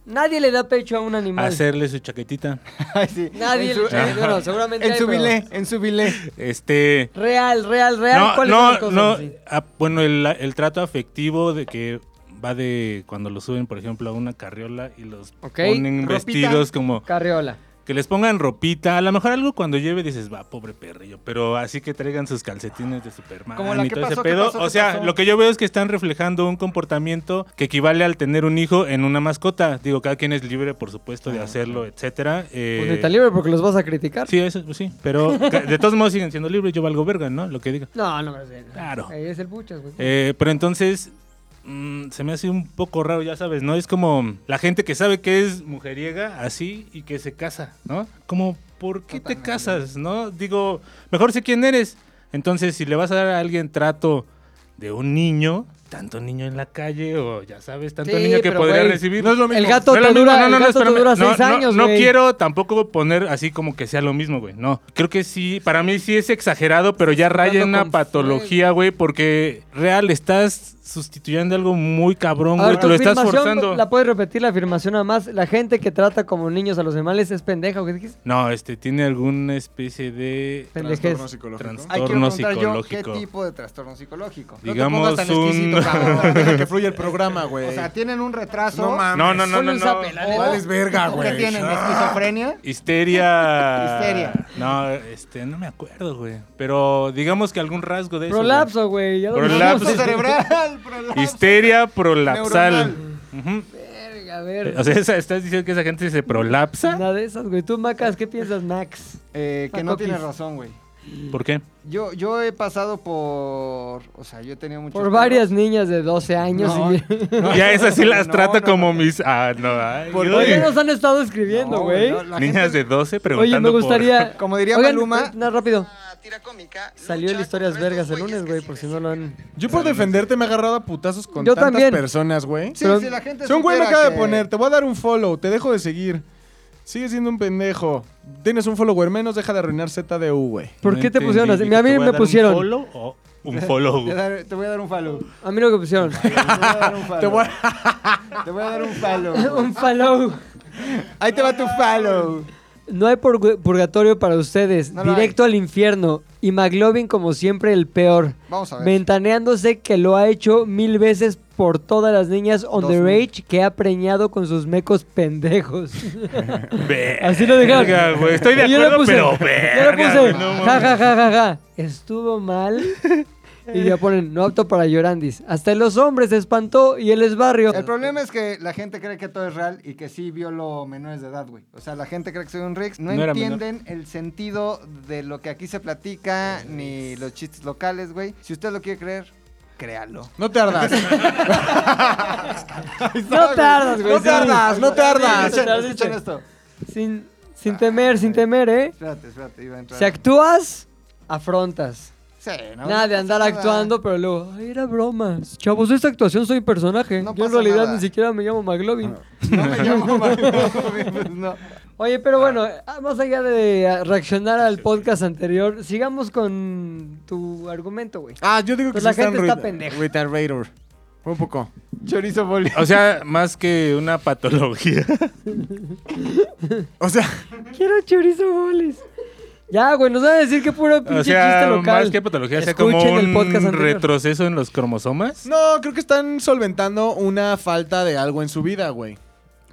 Speaker 1: Nadie le da pecho a un animal.
Speaker 2: Hacerle su chaquetita.
Speaker 3: Ay, sí.
Speaker 1: Nadie
Speaker 3: En su,
Speaker 1: le bueno, seguramente
Speaker 3: en
Speaker 1: hay,
Speaker 3: su
Speaker 1: pero-
Speaker 3: bilé, en su bilé.
Speaker 2: Este.
Speaker 1: Real, real, real.
Speaker 2: No,
Speaker 1: ¿Cuáles son las
Speaker 2: no,
Speaker 1: cosas?
Speaker 2: no.
Speaker 1: Sí.
Speaker 2: ah, bueno, el, el trato afectivo de que va de cuando lo suben, por ejemplo, a una carriola y los
Speaker 1: Ok,
Speaker 2: ponen
Speaker 3: ropita.
Speaker 2: vestidos como
Speaker 1: Carriola.
Speaker 2: que les pongan ropita. A lo mejor algo cuando lleve dices, va, pobre perrillo. Pero así que traigan sus calcetines de Superman
Speaker 3: Como la
Speaker 2: y
Speaker 3: que
Speaker 2: todo ese
Speaker 3: pasó, ¿qué
Speaker 2: pedo.
Speaker 3: pasó,
Speaker 2: o
Speaker 3: qué
Speaker 2: sea,
Speaker 3: pasó?
Speaker 2: lo que yo veo es que están reflejando un comportamiento que equivale al tener un hijo en una mascota. Digo, cada quien es libre, por supuesto,
Speaker 3: Ah,
Speaker 2: de hacerlo, etcétera. Eh,
Speaker 1: Pues neta libre porque los vas a criticar.
Speaker 2: Sí, eso, pues sí, pero ca- de todos modos siguen siendo libres, yo valgo verga, ¿no? Lo que diga.
Speaker 1: No, no me lo
Speaker 2: Claro.
Speaker 1: Ahí es el puchas, güey.
Speaker 2: Eh, pero entonces mm, se me hace un poco raro, ya sabes, ¿no? Es como la gente que sabe que es mujeriega así y que se casa, ¿no? Como, ¿por qué te casas, no? Digo, mejor sé quién eres. Entonces, si le vas a dar a alguien trato de un niño, tanto niño en la calle o ya sabes, tanto
Speaker 1: Sí,
Speaker 2: niño que
Speaker 1: pero,
Speaker 2: podría
Speaker 1: güey,
Speaker 2: recibir.
Speaker 1: no es lo mismo. El gato
Speaker 2: No es lo
Speaker 1: te
Speaker 2: mismo,
Speaker 1: dura- el gato te
Speaker 2: espérame.
Speaker 1: dura seis años,
Speaker 2: No,
Speaker 1: güey.
Speaker 2: quiero tampoco poner así como que sea lo mismo, güey. No, creo que sí, para mí sí es exagerado, pero ya
Speaker 1: Estás
Speaker 2: raya en
Speaker 1: jugando
Speaker 2: una
Speaker 1: con
Speaker 2: patología, güey, porque real estás sustituyendo algo muy cabrón,
Speaker 1: A ver,
Speaker 2: güey.
Speaker 1: tu
Speaker 2: Te lo estás
Speaker 1: afirmación,
Speaker 2: forzando.
Speaker 1: La puedes repetir la afirmación nada más. La gente que trata como niños a los animales es pendeja. ¿o qué dijiste?
Speaker 2: No, este tiene alguna especie de
Speaker 1: Pendejez.
Speaker 5: Trastorno psicológico.
Speaker 2: Trans-
Speaker 3: Hay que
Speaker 2: Trastorno
Speaker 3: preguntar yo qué
Speaker 2: psicológico.
Speaker 3: tipo de trastorno psicológico.
Speaker 2: Digamos
Speaker 3: no te pongas tan
Speaker 2: un-
Speaker 3: exquisito, cabrón.
Speaker 5: Deja que fluya el programa, güey.
Speaker 3: O sea, tienen un retraso.
Speaker 5: no mames.
Speaker 2: No, no, no,
Speaker 1: Ponle
Speaker 2: no.
Speaker 1: un
Speaker 2: no.
Speaker 1: zape, la
Speaker 3: o-
Speaker 1: neta.
Speaker 5: vales verga,
Speaker 3: o
Speaker 5: güey.
Speaker 3: ¿Qué tienen? ¿Esquizofrenia?
Speaker 2: Histeria.
Speaker 3: Histeria.
Speaker 2: No, este, no me acuerdo, güey. Pero digamos que algún rasgo de eso. güey.
Speaker 1: Prolapso, güey. ya lo
Speaker 2: Prolapso.
Speaker 1: dijimos.
Speaker 3: cerebral, prolapso.
Speaker 2: Histeria prolapsal.
Speaker 1: Verga,
Speaker 2: Ujú.
Speaker 1: verga.
Speaker 2: O sea, esa- estás diciendo que esa gente se prolapsa.
Speaker 1: Una de esas, güey. Tú, Macas, ¿qué piensas, Max?
Speaker 3: Eh, que no
Speaker 1: Paco
Speaker 3: tienes
Speaker 1: Kiss.
Speaker 3: razón, güey.
Speaker 2: ¿Por qué?
Speaker 3: Yo, yo he pasado por. O sea, yo he tenido muchos.
Speaker 1: Por varias niñas de 12 años.
Speaker 3: No.
Speaker 1: y-
Speaker 2: ya esas sí las
Speaker 3: No,
Speaker 2: trata
Speaker 3: no,
Speaker 2: como
Speaker 3: no.
Speaker 2: mis. Ah, no. ay,
Speaker 5: Por-
Speaker 2: yo-
Speaker 1: ¿Por qué nos han estado escribiendo,
Speaker 3: No,
Speaker 1: güey?
Speaker 3: no, la
Speaker 2: Niñas
Speaker 3: gente-
Speaker 2: de 12 preguntando
Speaker 1: Oye, me
Speaker 2: por-
Speaker 1: gustaría.
Speaker 3: Como diría
Speaker 1: Oigan, eh,
Speaker 3: Maluma-
Speaker 1: No, rápido.
Speaker 9: tira cómica.
Speaker 1: Salió el Historias Vergas el lunes, güey, por si no lo han.
Speaker 5: Yo por defenderte me he agarrado a putazos con
Speaker 1: Yo
Speaker 5: tantas
Speaker 1: también.
Speaker 5: personas, güey.
Speaker 3: Sí,
Speaker 1: Pero-
Speaker 3: sí, la gente.
Speaker 5: Si un güey me
Speaker 3: supiera
Speaker 5: acaba de
Speaker 3: que-
Speaker 5: poner, te voy a dar un follow, te dejo de seguir. Sigue siendo un pendejo. Tienes un follower menos, deja de arruinar ZDU, güey.
Speaker 1: ¿Por
Speaker 2: No
Speaker 1: qué te
Speaker 2: entendí,
Speaker 1: pusieron así?
Speaker 2: dije,
Speaker 1: A
Speaker 2: ¿te
Speaker 1: mí
Speaker 2: voy
Speaker 1: me
Speaker 2: dar
Speaker 1: pusieron.
Speaker 2: ¿Un follow o un follow?
Speaker 3: Te, dar- te voy a dar un follow.
Speaker 1: A mí lo que pusieron.
Speaker 3: Te voy a te voy a dar un follow.
Speaker 1: Un follow.
Speaker 3: Ahí te va tu follow.
Speaker 1: No hay purg- purgatorio para ustedes.
Speaker 3: No lo
Speaker 1: Directo al infierno. Y McLovin, como siempre, el peor.
Speaker 3: Vamos a ver.
Speaker 1: Ventaneándose que lo ha hecho mil veces por todas las niñas underage que ha preñado con sus mecos pendejos. Así lo dejaron.
Speaker 2: Verga, güey, Estoy de
Speaker 1: Y yo le
Speaker 2: acuerdo,
Speaker 1: puse,
Speaker 2: pero.
Speaker 1: yo le
Speaker 2: verga,
Speaker 1: puse,
Speaker 2: güey, no mames.
Speaker 1: ja, ja, ja, ja, ja, estuvo mal. Y ya ponen, no apto para llorandis. Hasta en los hombres se espantó y él es barrio.
Speaker 3: El problema es que la gente cree que todo es real y que sí violo menores de edad, güey. O sea, la gente cree que soy un Rix. No,
Speaker 2: No era
Speaker 3: entienden el sentido de lo que aquí se platica ni los chistes locales, güey. Si usted lo quiere creer, créalo.
Speaker 5: No te ardas.
Speaker 1: No tardas, güey.
Speaker 3: No
Speaker 1: sí.
Speaker 3: tardas, no
Speaker 1: Sí,
Speaker 3: tardas.
Speaker 1: sí,
Speaker 3: Escuchen,
Speaker 1: sí.
Speaker 3: escuchen esto.
Speaker 1: Sin, sin temer, sin temer, ¿eh?
Speaker 3: Espérate, espérate, iba a entrar.
Speaker 1: Si actúas, afrontas.
Speaker 3: Sí, no,
Speaker 1: Nada de
Speaker 3: no
Speaker 1: andar
Speaker 3: pasa nada.
Speaker 1: actuando, pero luego, ay, era broma. Chavos, esta actuación soy personaje.
Speaker 3: No
Speaker 1: Yo en
Speaker 3: pasa
Speaker 1: realidad
Speaker 3: nada. Ah.
Speaker 1: ni siquiera me llamo McLovin.
Speaker 3: No me llamo Mario, pues no.
Speaker 1: Oye, pero bueno, ah, más allá de ah, reaccionar al podcast anterior, sigamos con tu argumento, güey.
Speaker 5: Ah, yo digo que
Speaker 1: Pues
Speaker 5: sí
Speaker 1: la gente
Speaker 5: están
Speaker 1: está
Speaker 5: re-
Speaker 1: pendeja.
Speaker 5: Retardator. Fue un poco.
Speaker 3: Chorizo boli.
Speaker 2: O sea, más que una patología.
Speaker 5: O sea,
Speaker 1: Quiero chorizo bolis. Ya, güey, nos van a decir que puro pinche
Speaker 2: O
Speaker 1: chiste
Speaker 2: sea,
Speaker 1: local.
Speaker 2: más que patología, sea
Speaker 1: Escuchen
Speaker 2: como
Speaker 1: el podcast
Speaker 2: un
Speaker 1: anterior.
Speaker 2: retroceso en los cromosomas.
Speaker 5: no, creo que están solventando una falta de algo en su vida, güey.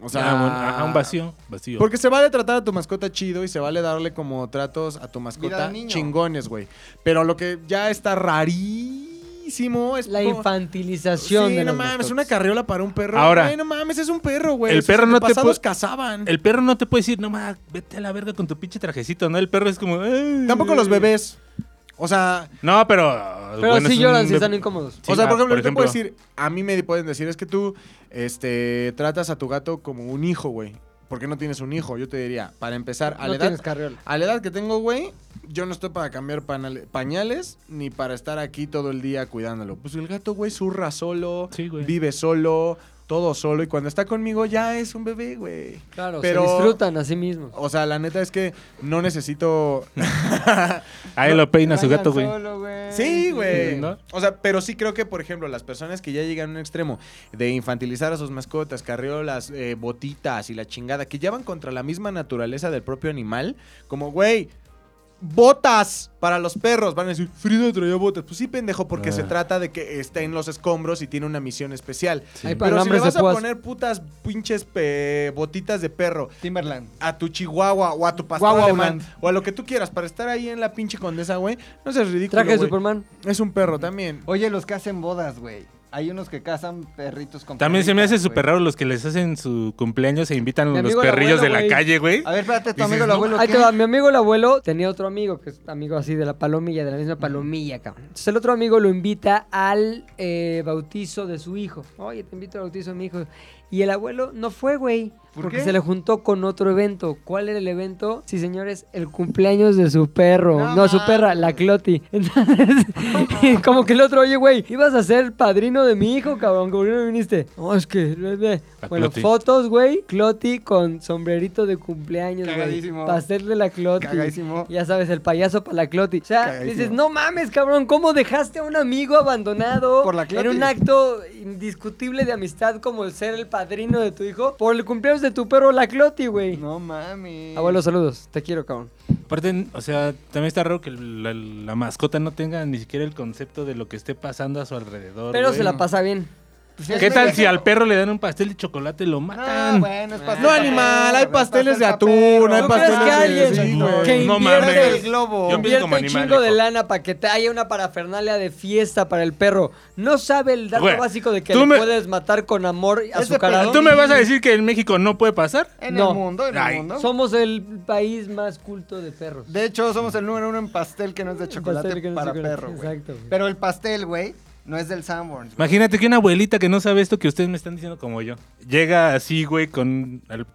Speaker 5: O sea,
Speaker 2: Ah, bueno, ajá, un vacío. vacío.
Speaker 5: Porque se vale tratar a tu mascota chido y se vale darle como tratos a tu
Speaker 3: Vida
Speaker 5: mascota
Speaker 3: de niño.
Speaker 5: chingones, güey. Pero lo que ya está rarísimo es
Speaker 1: La
Speaker 5: como-
Speaker 1: infantilización
Speaker 5: Sí,
Speaker 1: de
Speaker 5: no
Speaker 1: las
Speaker 5: mames,
Speaker 1: mascotas.
Speaker 5: una carriola para un perro.
Speaker 2: Ahora.
Speaker 5: Güey, no mames, es un perro, güey.
Speaker 2: El
Speaker 5: Sus
Speaker 2: perro no te
Speaker 5: antepasados
Speaker 2: pu-
Speaker 5: cazaban.
Speaker 2: El perro no te puede decir, no ma, vete a la verga con tu pinche trajecito, ¿no? El perro es como. "Ay".
Speaker 5: Tampoco los bebés. O sea,
Speaker 2: No, pero.
Speaker 1: Pero
Speaker 2: bueno,
Speaker 1: sí
Speaker 2: es un
Speaker 1: lloran, sí
Speaker 2: bebé.
Speaker 1: están incómodos.
Speaker 2: Sí,
Speaker 5: o sea,
Speaker 2: ah,
Speaker 5: por ejemplo, yo te puedo
Speaker 2: ejemplo.
Speaker 5: decir, a mí me pueden decir, es que tú este, tratas a tu gato como un hijo, güey. Porque no tienes un hijo, yo te diría, para empezar, a
Speaker 1: no
Speaker 5: la edad
Speaker 1: tienes carriola.
Speaker 5: A la edad que tengo, güey, yo no estoy para cambiar panale- pañales ni para estar aquí todo el día cuidándolo. Pues el gato, güey, zurra solo,
Speaker 2: Sí, güey.
Speaker 5: vive solo, todo solo. Y cuando está conmigo ya es un bebé, güey.
Speaker 1: Claro,
Speaker 5: Pero-
Speaker 1: se disfrutan a sí mismos.
Speaker 5: O sea, la neta es que no necesito...
Speaker 2: Ahí lo peina su gato, güey.
Speaker 3: Solo, güey.
Speaker 5: sí, güey.
Speaker 2: ¿No?
Speaker 5: O sea, pero sí creo que, por ejemplo, las personas que ya llegan a un extremo de infantilizar a sus mascotas, carriolas, eh, botitas y la chingada, que ya van contra la misma naturaleza del propio animal, como, güey, botas para los perros. Van a decir, Frida traía botas. Pues sí, pendejo, porque
Speaker 2: Ah.
Speaker 5: se trata de que está en los escombros y tiene una misión especial.
Speaker 1: Hay
Speaker 5: Pero si le
Speaker 1: palambres
Speaker 5: vas
Speaker 1: de
Speaker 5: a
Speaker 1: púas.
Speaker 5: poner putas pinches eh, botitas de perro
Speaker 3: Timberland.
Speaker 5: a tu chihuahua o a tu pastor
Speaker 3: Guau,
Speaker 5: alemán
Speaker 3: guau,
Speaker 5: o a lo que tú quieras para estar ahí en la pinche condesa, güey, no seas ridículo,
Speaker 1: Traje de
Speaker 5: güey.
Speaker 1: Superman.
Speaker 5: Es un perro también.
Speaker 3: Oye, los que hacen bodas, güey. Hay unos que cazan perritos con
Speaker 2: También se me hace
Speaker 3: perritas,
Speaker 2: súper
Speaker 3: güey.
Speaker 2: raro los que les hacen su cumpleaños e invitan
Speaker 1: Mi
Speaker 2: a los
Speaker 1: amigo el
Speaker 2: perrillos
Speaker 1: abuelo,
Speaker 2: de la
Speaker 1: güey.
Speaker 2: calle, güey.
Speaker 3: A ver, espérate, tu
Speaker 2: Dices,
Speaker 3: amigo el
Speaker 2: no
Speaker 3: abuelo.
Speaker 1: Ahí
Speaker 3: ¿qué?
Speaker 1: te va, mi amigo el abuelo tenía otro amigo que es amigo así de la palomilla, de la misma palomilla, cabrón. Entonces el otro amigo lo invita al eh, bautizo de su hijo. Oye, te invito al bautizo de mi hijo. Y el abuelo no fue, güey.
Speaker 3: ¿Por
Speaker 1: porque
Speaker 3: qué?
Speaker 1: se le juntó con otro evento. ¿Cuál era el evento? Sí, señores, el cumpleaños de su perro. No, su perra, la Cloti. Entonces, como que el otro, oye, güey, ibas a ser padrino de mi hijo, cabrón, ¿por qué no viniste? No, es que... bla, bla".
Speaker 2: La
Speaker 1: Bueno,
Speaker 2: Cloti.
Speaker 1: fotos, güey, Cloti con sombrerito de cumpleaños, güey.
Speaker 3: Cagadísimo.
Speaker 1: Pastel de la Cloti.
Speaker 3: Cagadísimo.
Speaker 1: Ya sabes, el payaso para la Cloti. O sea,
Speaker 3: Cagadísimo.
Speaker 1: dices, no mames, cabrón, ¿cómo dejaste a un amigo abandonado?
Speaker 3: Por la Cloti.
Speaker 1: En un acto indiscutible de amistad como el ser el padrino de tu hijo por el cumpleaños de tu perro, la Cloti, güey.
Speaker 3: No mames.
Speaker 1: Abuelo, saludos. Te quiero, cabrón.
Speaker 2: Aparte, o sea, también está raro que la, la mascota no tenga ni siquiera el concepto de lo que esté pasando a su alrededor.
Speaker 1: Pero
Speaker 2: güey.
Speaker 1: se la pasa bien.
Speaker 3: Pues
Speaker 2: ¿Qué tal si al perro le dan un pastel de chocolate y lo
Speaker 3: No,
Speaker 1: Ah,
Speaker 2: matan?
Speaker 3: bueno, es pastel
Speaker 5: No,
Speaker 3: pa'
Speaker 5: animal,
Speaker 3: perro,
Speaker 5: hay
Speaker 3: güey,
Speaker 5: pasteles de
Speaker 3: pastel pa'
Speaker 5: atún,
Speaker 3: perro.
Speaker 5: hay
Speaker 1: ¿Tú crees
Speaker 5: pasteles
Speaker 1: que alguien
Speaker 5: de... Sí, güey.
Speaker 1: que
Speaker 2: No
Speaker 1: invierte
Speaker 2: mames.
Speaker 1: el globo?
Speaker 2: Yo pienso
Speaker 1: Invierte
Speaker 2: como
Speaker 1: un
Speaker 2: animal,
Speaker 1: chingo de
Speaker 2: hijo.
Speaker 1: lana para que te haya una parafernalia de fiesta para el perro. No sabe el dato
Speaker 2: Güey,
Speaker 1: básico de que
Speaker 2: tú
Speaker 1: le
Speaker 2: me-
Speaker 1: puedes matar con amor
Speaker 3: de
Speaker 1: azucarado.
Speaker 2: ¿Tú me vas a decir que en México no puede pasar?
Speaker 3: En
Speaker 1: No.
Speaker 3: el mundo, en
Speaker 2: Ay.
Speaker 3: el mundo.
Speaker 1: Somos el país más culto de perros.
Speaker 3: De hecho, somos el número uno en pastel que no es de chocolate
Speaker 1: Pastel que no es
Speaker 3: para
Speaker 1: chocolate,
Speaker 3: perro, güey.
Speaker 1: Exacto. güey.
Speaker 3: Pero el pastel, güey, no es del Sanborns.
Speaker 2: Imagínate que una abuelita que no sabe esto que ustedes me están diciendo como yo. Llega así, güey, con el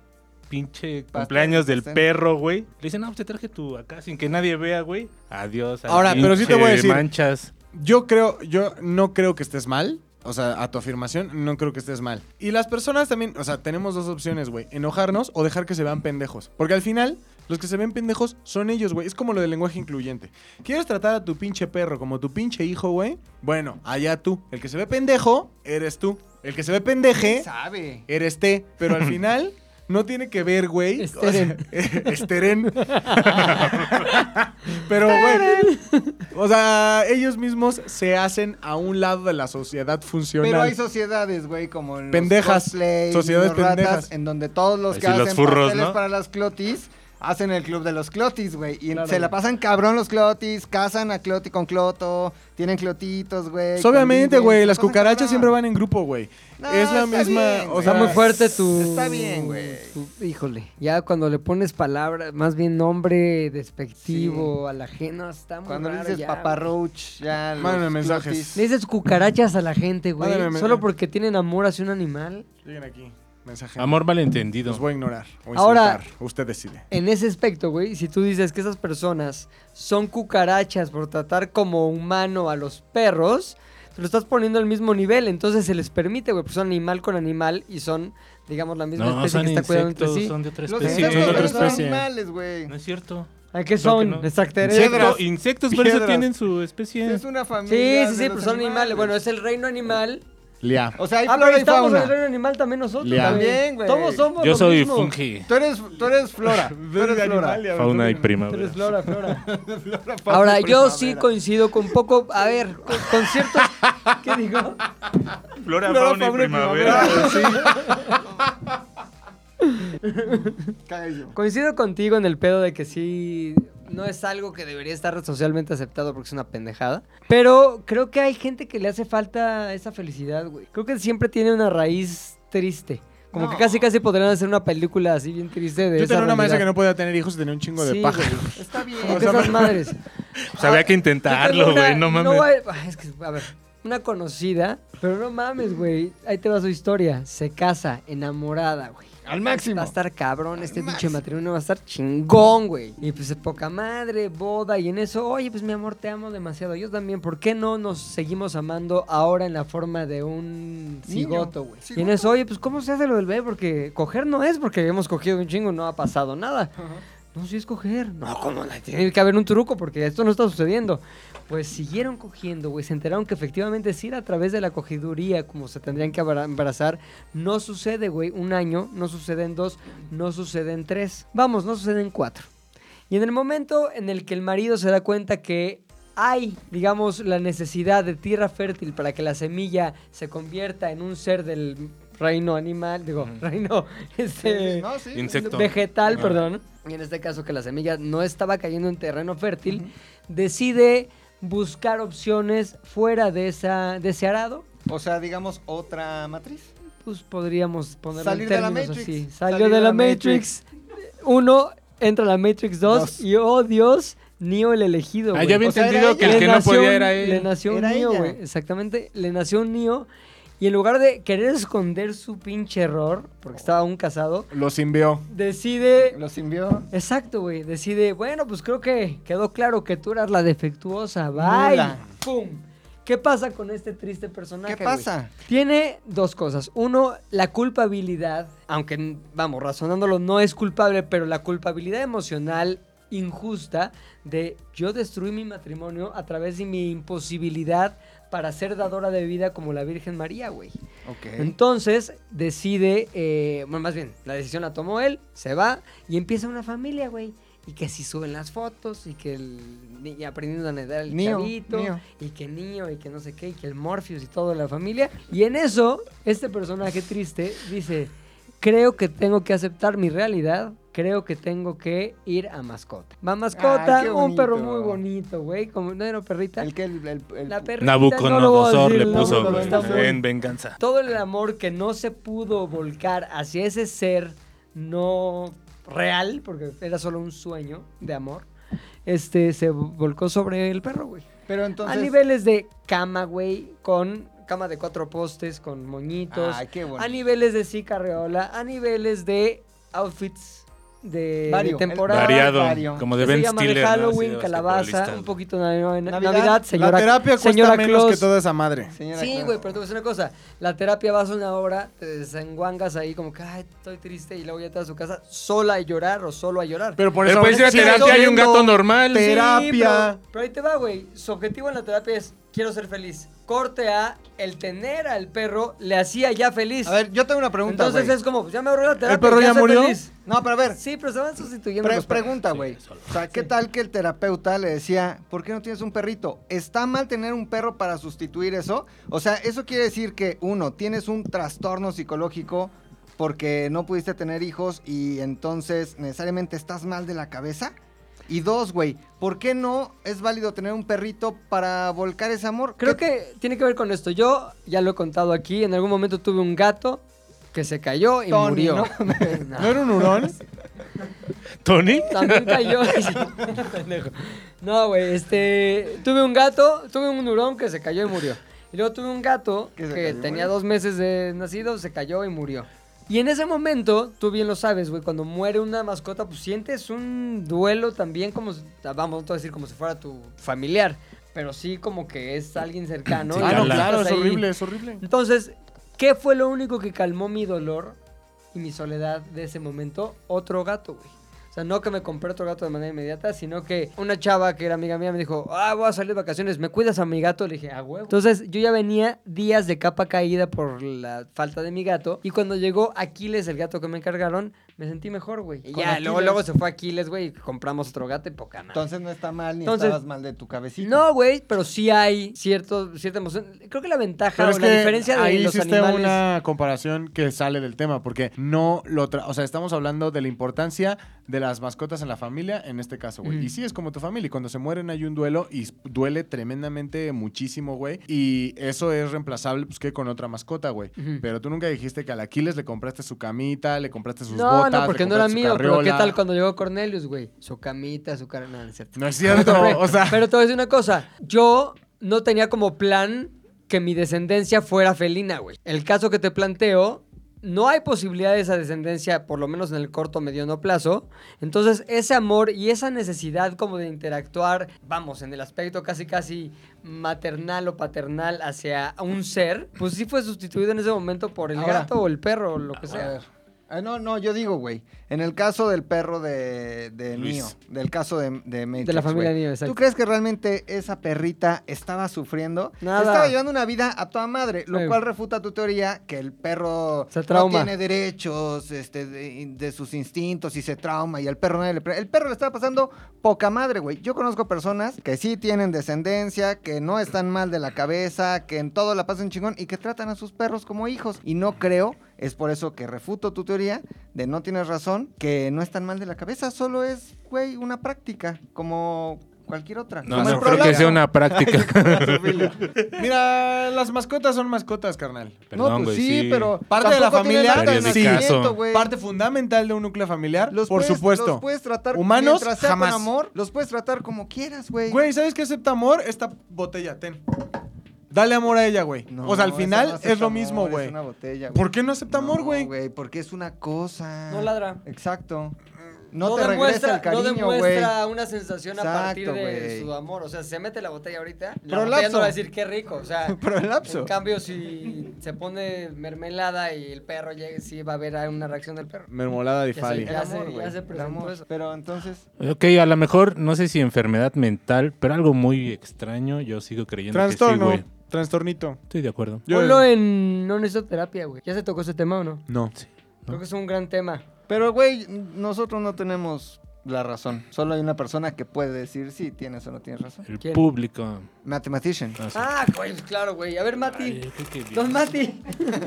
Speaker 2: pinche cumpleaños del
Speaker 3: pastel.
Speaker 2: perro, güey. Le dicen, no, pues te traje tu acá sin que nadie vea, güey. Adiós. al
Speaker 5: Ahora, pero sí te
Speaker 2: pinche
Speaker 5: voy a decir-
Speaker 2: manchas.
Speaker 5: Yo creo, yo no creo que estés mal. O sea, a tu afirmación, no creo que estés mal. Y las personas también, o sea, tenemos dos opciones, güey. Enojarnos o dejar que se vean pendejos. Porque al final, los que se ven pendejos son ellos, güey. Es como lo del lenguaje incluyente. ¿Quieres tratar a tu pinche perro como tu pinche hijo, güey? Bueno, allá tú. El que se ve pendejo, eres tú. El que se ve pendeje,
Speaker 3: Sabe.
Speaker 5: eres te. Pero al final, no tiene que ver, güey. O sea,
Speaker 1: Esteren.
Speaker 5: esteren. Pero, güey. O sea, ellos mismos se hacen a un lado de la sociedad funcional.
Speaker 3: Pero hay sociedades, güey, como los
Speaker 5: Pendejas.
Speaker 3: cosplays,
Speaker 5: Sociedades
Speaker 3: los ratas,
Speaker 5: pendejas.
Speaker 3: en donde todos los
Speaker 2: Ahí
Speaker 3: que
Speaker 2: sí, los
Speaker 3: hacen
Speaker 2: furros,
Speaker 3: pasteles
Speaker 2: ¿no?
Speaker 3: para las clotis hacen el club de los clotis, güey, y
Speaker 1: Claro,
Speaker 3: se la
Speaker 1: güey.
Speaker 3: pasan cabrón los clotis, cazan a cloti con cloto, tienen clotitos, güey.
Speaker 5: Pues, Obviamente,
Speaker 3: conviven, se
Speaker 5: güey,
Speaker 3: la
Speaker 5: las
Speaker 3: pasan
Speaker 5: cucarachas
Speaker 3: cabrón.
Speaker 5: siempre van en grupo, güey.
Speaker 3: No,
Speaker 5: es
Speaker 3: está
Speaker 5: la misma.
Speaker 3: bien,
Speaker 5: o
Speaker 3: güey.
Speaker 5: sea,
Speaker 1: Está muy fuerte tu.
Speaker 3: Está bien, güey.
Speaker 1: tu- Híjole, ya cuando le pones palabras, más bien nombre despectivo a la gente, no, está muy
Speaker 3: Cuando le
Speaker 1: raro
Speaker 3: dices
Speaker 1: ya,
Speaker 3: papá
Speaker 1: güey.
Speaker 3: roach, ya los
Speaker 5: Mándame mensajes.
Speaker 3: clotis-
Speaker 1: Le dices cucarachas a la gente,
Speaker 5: Mándame,
Speaker 1: güey.
Speaker 5: me-
Speaker 1: Solo porque tienen amor hacia un animal.
Speaker 5: Lleguen aquí. Mensaje.
Speaker 2: Amor malentendido.
Speaker 5: Los voy a ignorar. o
Speaker 1: Ahora-
Speaker 5: insultar. Usted decide.
Speaker 1: En ese aspecto, güey, si tú dices que esas personas son cucarachas por tratar como humano a los perros, te lo estás poniendo al mismo nivel. Entonces se les permite, güey, pues son animal con animal y son, digamos, la misma
Speaker 2: No,
Speaker 1: especie
Speaker 2: son
Speaker 1: que está cuidando entre
Speaker 2: insectos,
Speaker 1: sí.
Speaker 2: son de otra
Speaker 3: Los
Speaker 2: especie.
Speaker 3: insectos
Speaker 2: son de otra
Speaker 3: pero son
Speaker 2: especie.
Speaker 3: animales, güey.
Speaker 2: No es cierto.
Speaker 1: ¿A qué
Speaker 2: Creo que
Speaker 1: son?
Speaker 2: no.
Speaker 1: Exactamente.
Speaker 2: Insecto- insectos, por eso
Speaker 3: Piedras.
Speaker 2: tienen su especie.
Speaker 3: Es una
Speaker 1: Sí,
Speaker 3: familia.
Speaker 1: sí, sí,
Speaker 3: de
Speaker 1: pero
Speaker 3: los
Speaker 1: son animales. Bueno, es el reino animal.
Speaker 5: Lia.
Speaker 3: o sea, hay
Speaker 1: ah, pero
Speaker 3: flora y
Speaker 1: estamos en
Speaker 3: fauna.
Speaker 1: el reino animal también nosotros.
Speaker 5: Ya.
Speaker 3: También, güey.
Speaker 1: Todos somos
Speaker 2: Yo
Speaker 1: lo
Speaker 2: soy
Speaker 1: mismo.
Speaker 2: fungi.
Speaker 3: Tú eres, tú eres flora. tú eres flora.
Speaker 2: Fauna y
Speaker 1: Tú
Speaker 2: primavera.
Speaker 1: eres flora, flora.
Speaker 3: Flora, fauna,
Speaker 1: Ahora, yo
Speaker 3: primavera.
Speaker 1: sí coincido con poco. A ver, con, con ciertos. ¿Qué digo?
Speaker 2: Flora,
Speaker 5: fauna y primavera.
Speaker 3: Cagadísimo.
Speaker 1: Coincido contigo en el pedo de que sí. No es algo que debería estar socialmente aceptado porque es una pendejada. Pero creo que hay gente que le hace falta esa felicidad, güey. Creo que siempre tiene una raíz triste. Como que casi casi podrían hacer una película así bien triste de
Speaker 5: Yo
Speaker 1: esa
Speaker 5: tenía una maestra que
Speaker 1: realidad.
Speaker 5: no podía tener hijos y tenía un chingo de
Speaker 1: Sí,
Speaker 5: paja.
Speaker 1: güey.
Speaker 3: Está bien.
Speaker 1: Como que esas madres.
Speaker 2: Pues había que
Speaker 1: Yo tengo
Speaker 2: intentarlo,
Speaker 1: una-
Speaker 2: güey. No mames.
Speaker 1: voy a- ay, es que, a ver, una conocida, pero no mames, güey. Ahí te va su historia. Se casa, enamorada, güey.
Speaker 3: Al máximo.
Speaker 1: Va a estar cabrón, este pinche matrimonio va a estar chingón, güey. Y pues poca madre, boda, y en eso, oye, pues mi amor, te amo demasiado. Yo también, ¿por qué no nos seguimos amando ahora en la forma de un
Speaker 3: Niño.
Speaker 1: cigoto, güey? Y en
Speaker 3: Cigoto.
Speaker 1: eso, oye, pues ¿cómo se hace lo del bebé? Porque coger no es, porque hemos cogido un chingo, no ha pasado nada. No, sí es coger. No, ¿cómo? la- Tiene que haber un truco porque esto no está sucediendo. Pues siguieron cogiendo, güey. Se enteraron que efectivamente sí era a través de la cogiduría como se tendrían que abra- embarazar. No sucede, güey. Un año, no sucede en dos, no sucede en tres. Vamos, no sucede en cuatro. Y en el momento en el que el marido se da cuenta que hay, digamos, la necesidad de tierra fértil para que la semilla se convierta en un ser del reino animal, digo, reino este,
Speaker 3: No, sí.
Speaker 2: Insecto.
Speaker 1: vegetal,
Speaker 2: Ah.
Speaker 1: perdón. Y en este caso que la semilla no estaba cayendo en terreno fértil, decide buscar opciones fuera de esa de ese arado.
Speaker 3: O sea, digamos otra matriz.
Speaker 1: Pues podríamos poner
Speaker 3: Salir de la Matrix.
Speaker 1: así. Salió de la Matrix. Uno entra a la Matrix 2
Speaker 3: Dos.
Speaker 1: y oh Dios, Neo el elegido.
Speaker 2: Ah,
Speaker 1: güey.
Speaker 2: yo había
Speaker 3: O sea, era
Speaker 2: entendido que el
Speaker 1: Le
Speaker 2: que no
Speaker 1: nació
Speaker 2: podía
Speaker 1: un-
Speaker 2: era
Speaker 1: Le
Speaker 2: él.
Speaker 1: nació un
Speaker 3: Era
Speaker 1: Neo,
Speaker 3: ella.
Speaker 1: güey. Exactamente. Le nació un Neo Y en lugar de querer esconder su pinche error, porque estaba aún casado,
Speaker 5: Los envió.
Speaker 1: decide...
Speaker 3: Los envió.
Speaker 1: Exacto, güey. Decide, bueno, pues creo que quedó claro que tú eras la defectuosa. Bye.
Speaker 3: Nula.
Speaker 1: ¡Pum! ¿Qué pasa con este triste personaje?
Speaker 3: ¿Qué
Speaker 1: güey?
Speaker 3: pasa?
Speaker 1: Tiene dos cosas. Uno, la culpabilidad, aunque vamos, razonándolo no es culpable, pero la culpabilidad emocional injusta de yo destruí mi matrimonio a través de mi imposibilidad para ser dadora de vida como la Virgen María, güey.
Speaker 3: Ok.
Speaker 1: Entonces decide, eh, bueno, más bien, la decisión la tomó él, se va y empieza una familia, güey. Y que si suben las fotos y que el ni- aprendiendo a nadar el
Speaker 3: Neo,
Speaker 1: chavito
Speaker 3: Neo.
Speaker 1: y que niño y que no sé qué y que el Morpheus y toda la familia. Y en eso, este personaje triste dice, creo que tengo que aceptar mi realidad. Creo que tengo que ir a mascota. Va mascota,
Speaker 3: Ay, qué
Speaker 1: un perro
Speaker 3: bonito.
Speaker 1: muy bonito, güey. Como no era perrita.
Speaker 3: El que el, el- el-
Speaker 1: la perrita. no lo voy a
Speaker 2: Nabucodonosor
Speaker 1: decir,
Speaker 2: le
Speaker 1: no,
Speaker 2: puso
Speaker 1: no,
Speaker 2: güey,
Speaker 1: está muy
Speaker 2: en venganza.
Speaker 1: todo el amor que no se pudo volcar hacia ese ser no real, porque era solo un sueño de amor, este se volcó sobre el perro, güey.
Speaker 3: Pero entonces.
Speaker 1: a niveles de cama, güey, con cama de cuatro postes, con moñitos.
Speaker 3: Ay, qué bonito.
Speaker 1: a niveles de sí carreola, a niveles de outfits de,
Speaker 3: Vario,
Speaker 1: de
Speaker 3: el-
Speaker 1: temporada.
Speaker 2: Variado,
Speaker 3: Vario.
Speaker 2: como
Speaker 1: que
Speaker 2: de Ben
Speaker 1: se llama
Speaker 2: Stiller.
Speaker 1: de
Speaker 2: ¿no? Así
Speaker 1: Halloween,
Speaker 2: de
Speaker 1: calabaza,
Speaker 2: basquetbolista.
Speaker 1: un poquito de nav- Navidad,
Speaker 3: Navidad,
Speaker 1: señora,
Speaker 5: la terapia cuesta
Speaker 1: señora
Speaker 5: menos
Speaker 1: Claus.
Speaker 5: que toda esa madre.
Speaker 3: Señora
Speaker 1: Sí,
Speaker 3: Clara.
Speaker 1: güey, pero te voy a decir una cosa. La terapia vas una hora, te desenguangas ahí como que, ay, estoy triste y luego ya te vas a su casa sola a llorar o solo a llorar.
Speaker 5: Pero por eso.
Speaker 2: Pero Eh, puedes ir a
Speaker 5: Sí,
Speaker 2: terapia, hay un
Speaker 5: viendo
Speaker 2: gato normal.
Speaker 1: Sí,
Speaker 5: Terapia.
Speaker 1: pero, pero ahí te va, güey. Su objetivo en la terapia es, quiero ser feliz. Corte a, el tener al perro le hacía ya feliz.
Speaker 3: A ver, yo tengo una pregunta.
Speaker 1: Entonces
Speaker 3: güey.
Speaker 1: es como, pues, ya me ahorré la terapia.
Speaker 5: ¿El perro ya
Speaker 1: soy
Speaker 5: murió?
Speaker 1: feliz.
Speaker 3: No, pero a ver.
Speaker 1: Sí, pero se van sustituyendo.
Speaker 3: pre-
Speaker 1: los perros.
Speaker 3: pregunta, güey. o sea, ¿qué tal que el terapeuta le decía, ¿por qué no tienes un perrito? ¿Está mal tener un perro para sustituir eso? O sea, eso quiere decir que, uno, tienes un trastorno psicológico porque no pudiste tener hijos y entonces necesariamente estás mal de la cabeza. Y dos, güey, ¿por qué no es válido tener un perrito para volcar ese amor?
Speaker 1: Creo
Speaker 3: ¿Qué-
Speaker 1: que tiene que ver con esto. Yo ya lo he contado aquí. En algún momento tuve un gato que se cayó y
Speaker 3: Tony,
Speaker 1: murió.
Speaker 3: ¿no?
Speaker 1: No.
Speaker 5: ¿No era un hurón?
Speaker 2: ¿Tony?
Speaker 1: También cayó. Pendejo. no, güey, este. Tuve un gato, tuve un hurón que se cayó y murió. Y luego tuve un gato
Speaker 3: Que
Speaker 1: que,
Speaker 3: se cayó y
Speaker 1: tenía
Speaker 3: murió.
Speaker 1: dos meses de nacido, se cayó y murió. Y en ese momento, tú bien lo sabes, güey, cuando muere una mascota, pues sientes un duelo también como, si- vamos, no te voy a decir como si fuera tu familiar, pero sí como que es alguien cercano.
Speaker 2: Sí,
Speaker 1: y
Speaker 5: Ah, no,
Speaker 1: estás
Speaker 5: claro, es
Speaker 1: ahí.
Speaker 5: horrible, es horrible.
Speaker 1: Entonces, ¿qué fue lo único que calmó mi dolor y mi soledad de ese momento? Otro gato, güey. O sea, no que me compré otro gato de manera inmediata, sino que una chava que era amiga mía me dijo, ah, voy a salir de vacaciones, ¿me cuidas a mi gato? Le dije, a huevo. Entonces, yo ya venía días de capa caída por la falta de mi gato. Y cuando llegó Aquiles, el gato que me encargaron, me sentí mejor, güey. Y
Speaker 3: Con
Speaker 1: ya, luego,
Speaker 3: Aquiles.
Speaker 1: luego se fue Aquiles, güey, y compramos otro gato y poca madre.
Speaker 3: Entonces no está mal ni
Speaker 1: Entonces-
Speaker 3: estabas mal de tu cabecita.
Speaker 1: No, güey, pero sí hay cierto, cierta emoción. Creo que la ventaja
Speaker 5: Pero
Speaker 1: o
Speaker 5: es
Speaker 1: la
Speaker 5: que
Speaker 1: diferencia de
Speaker 5: ahí
Speaker 1: los
Speaker 5: hiciste
Speaker 1: animales...
Speaker 5: una comparación que sale del tema, porque no lo tra- o sea, estamos hablando de la importancia de las mascotas en la familia, en este caso, güey.
Speaker 1: Ujú.
Speaker 5: Y sí, es como tu familia, y cuando se mueren hay un duelo y s- duele tremendamente muchísimo, güey. Y eso es reemplazable, pues, que con otra mascota, güey.
Speaker 1: Ujú.
Speaker 5: Pero tú nunca dijiste que al Aquiles le compraste su camita, le compraste sus
Speaker 1: no,
Speaker 5: botas.
Speaker 1: no,
Speaker 5: le
Speaker 1: porque no era
Speaker 5: compraste su
Speaker 1: mío, pero ¿qué
Speaker 5: carriola.
Speaker 1: tal cuando llegó Cornelius, güey? Su camita, su cara, no, no es cierto.
Speaker 5: No es cierto, o sea...
Speaker 1: Pero te voy a decir una cosa, yo no tenía como plan que mi descendencia fuera felina, güey. El caso que te planteo, no hay posibilidad de esa descendencia, por lo menos en el corto, mediano plazo. Entonces, ese amor y esa necesidad como de interactuar, vamos, en el aspecto casi casi maternal o paternal hacia un ser, pues sí fue sustituido en ese momento por el
Speaker 3: Ahora-
Speaker 1: gato o el perro o lo que
Speaker 3: A
Speaker 1: sea.
Speaker 3: ver. Ah, no, no, yo digo, güey. En el caso del perro de, de
Speaker 2: Luis.
Speaker 3: Neo, del caso de, de Matrix,
Speaker 1: De la familia
Speaker 3: güey,
Speaker 1: Neo, exacto.
Speaker 3: ¿Tú crees que realmente esa perrita estaba sufriendo?
Speaker 1: Nada.
Speaker 3: Estaba llevando una vida a toda madre, lo
Speaker 1: Ay.
Speaker 3: cual refuta tu teoría que el perro
Speaker 1: Se
Speaker 3: no
Speaker 1: trauma.
Speaker 3: tiene derechos este, de, de sus instintos y se trauma y al perro nadie le pre- El perro le estaba pasando poca madre, güey. Yo conozco personas que sí tienen descendencia, que no están mal de la cabeza, que en todo la pasan chingón y que tratan a sus perros como hijos. Y no creo, es por eso que refuto tu teoría de no tienes razón, que no están mal de la cabeza, solo es, güey, una práctica, como cualquier otra.
Speaker 2: No,
Speaker 3: Como el
Speaker 2: no creo que
Speaker 3: prolapso.
Speaker 2: sea una práctica.
Speaker 3: pues
Speaker 5: Mira, las mascotas son mascotas, carnal.
Speaker 2: Perdón,
Speaker 3: no, pues
Speaker 2: güey,
Speaker 3: sí, pero
Speaker 5: Parte de la
Speaker 3: tampoco tienen
Speaker 5: familia,
Speaker 3: acta de
Speaker 2: Periodicazo.
Speaker 3: nacimiento, güey.
Speaker 5: Parte fundamental de un núcleo familiar,
Speaker 3: Los
Speaker 5: por
Speaker 3: puedes-
Speaker 5: supuesto.
Speaker 3: Los puedes tratar
Speaker 5: Humanos,
Speaker 3: mientras sea
Speaker 5: jamás.
Speaker 3: con amor, los puedes tratar como quieras, güey.
Speaker 5: Güey, ¿sabes qué acepta amor? Esta botella, ten. Dale amor a ella, güey.
Speaker 3: No,
Speaker 5: o sea, al
Speaker 3: esa
Speaker 5: final
Speaker 3: no acepta
Speaker 5: es lo mismo,
Speaker 3: amor,
Speaker 5: güey.
Speaker 3: Es una botella, güey.
Speaker 5: ¿Por qué no acepta amor,
Speaker 3: No,
Speaker 5: güey?
Speaker 3: porque es una cosa.
Speaker 1: No ladra.
Speaker 3: Exacto. No, te regresa el
Speaker 1: no
Speaker 3: cariño, güey.
Speaker 1: demuestra una sensación a
Speaker 3: Exacto,
Speaker 1: partir de
Speaker 3: güey.
Speaker 1: su amor. O sea, se mete la botella ahorita. La
Speaker 3: Prolapso.
Speaker 1: botella no va a decir qué rico. O sea,
Speaker 3: Prolapso.
Speaker 1: en cambio, si se pone mermelada y el perro llega, sí va a haber una reacción del perro.
Speaker 5: Mermolada de
Speaker 1: Ya
Speaker 5: Fali.
Speaker 1: sé, ya
Speaker 3: El amor,
Speaker 1: se-
Speaker 3: güey,
Speaker 1: ya se
Speaker 3: el
Speaker 1: presentó
Speaker 3: amor.
Speaker 1: eso.
Speaker 3: Pero entonces,
Speaker 2: Ok, a lo mejor, no sé si enfermedad mental, pero algo muy extraño, yo sigo creyendo
Speaker 5: Trastorno.
Speaker 2: que sí, güey.
Speaker 5: Trastornito.
Speaker 2: Estoy de acuerdo.
Speaker 5: Yo-
Speaker 1: Ponlo en No necesito terapia, güey. ¿Ya se tocó ese tema o no?
Speaker 5: No.
Speaker 1: Creo que es un gran tema.
Speaker 3: pero güey, nosotros no tenemos la razón. Solo hay una persona que puede decir si tienes o no tienes razón.
Speaker 2: El
Speaker 1: ¿Quién?
Speaker 2: público.
Speaker 3: Mathematician.
Speaker 2: Ah, sí.
Speaker 1: Ah, güey, claro, güey. A ver,
Speaker 2: Ay,
Speaker 1: Mati.
Speaker 2: yo creo que bien.
Speaker 1: Don Mati.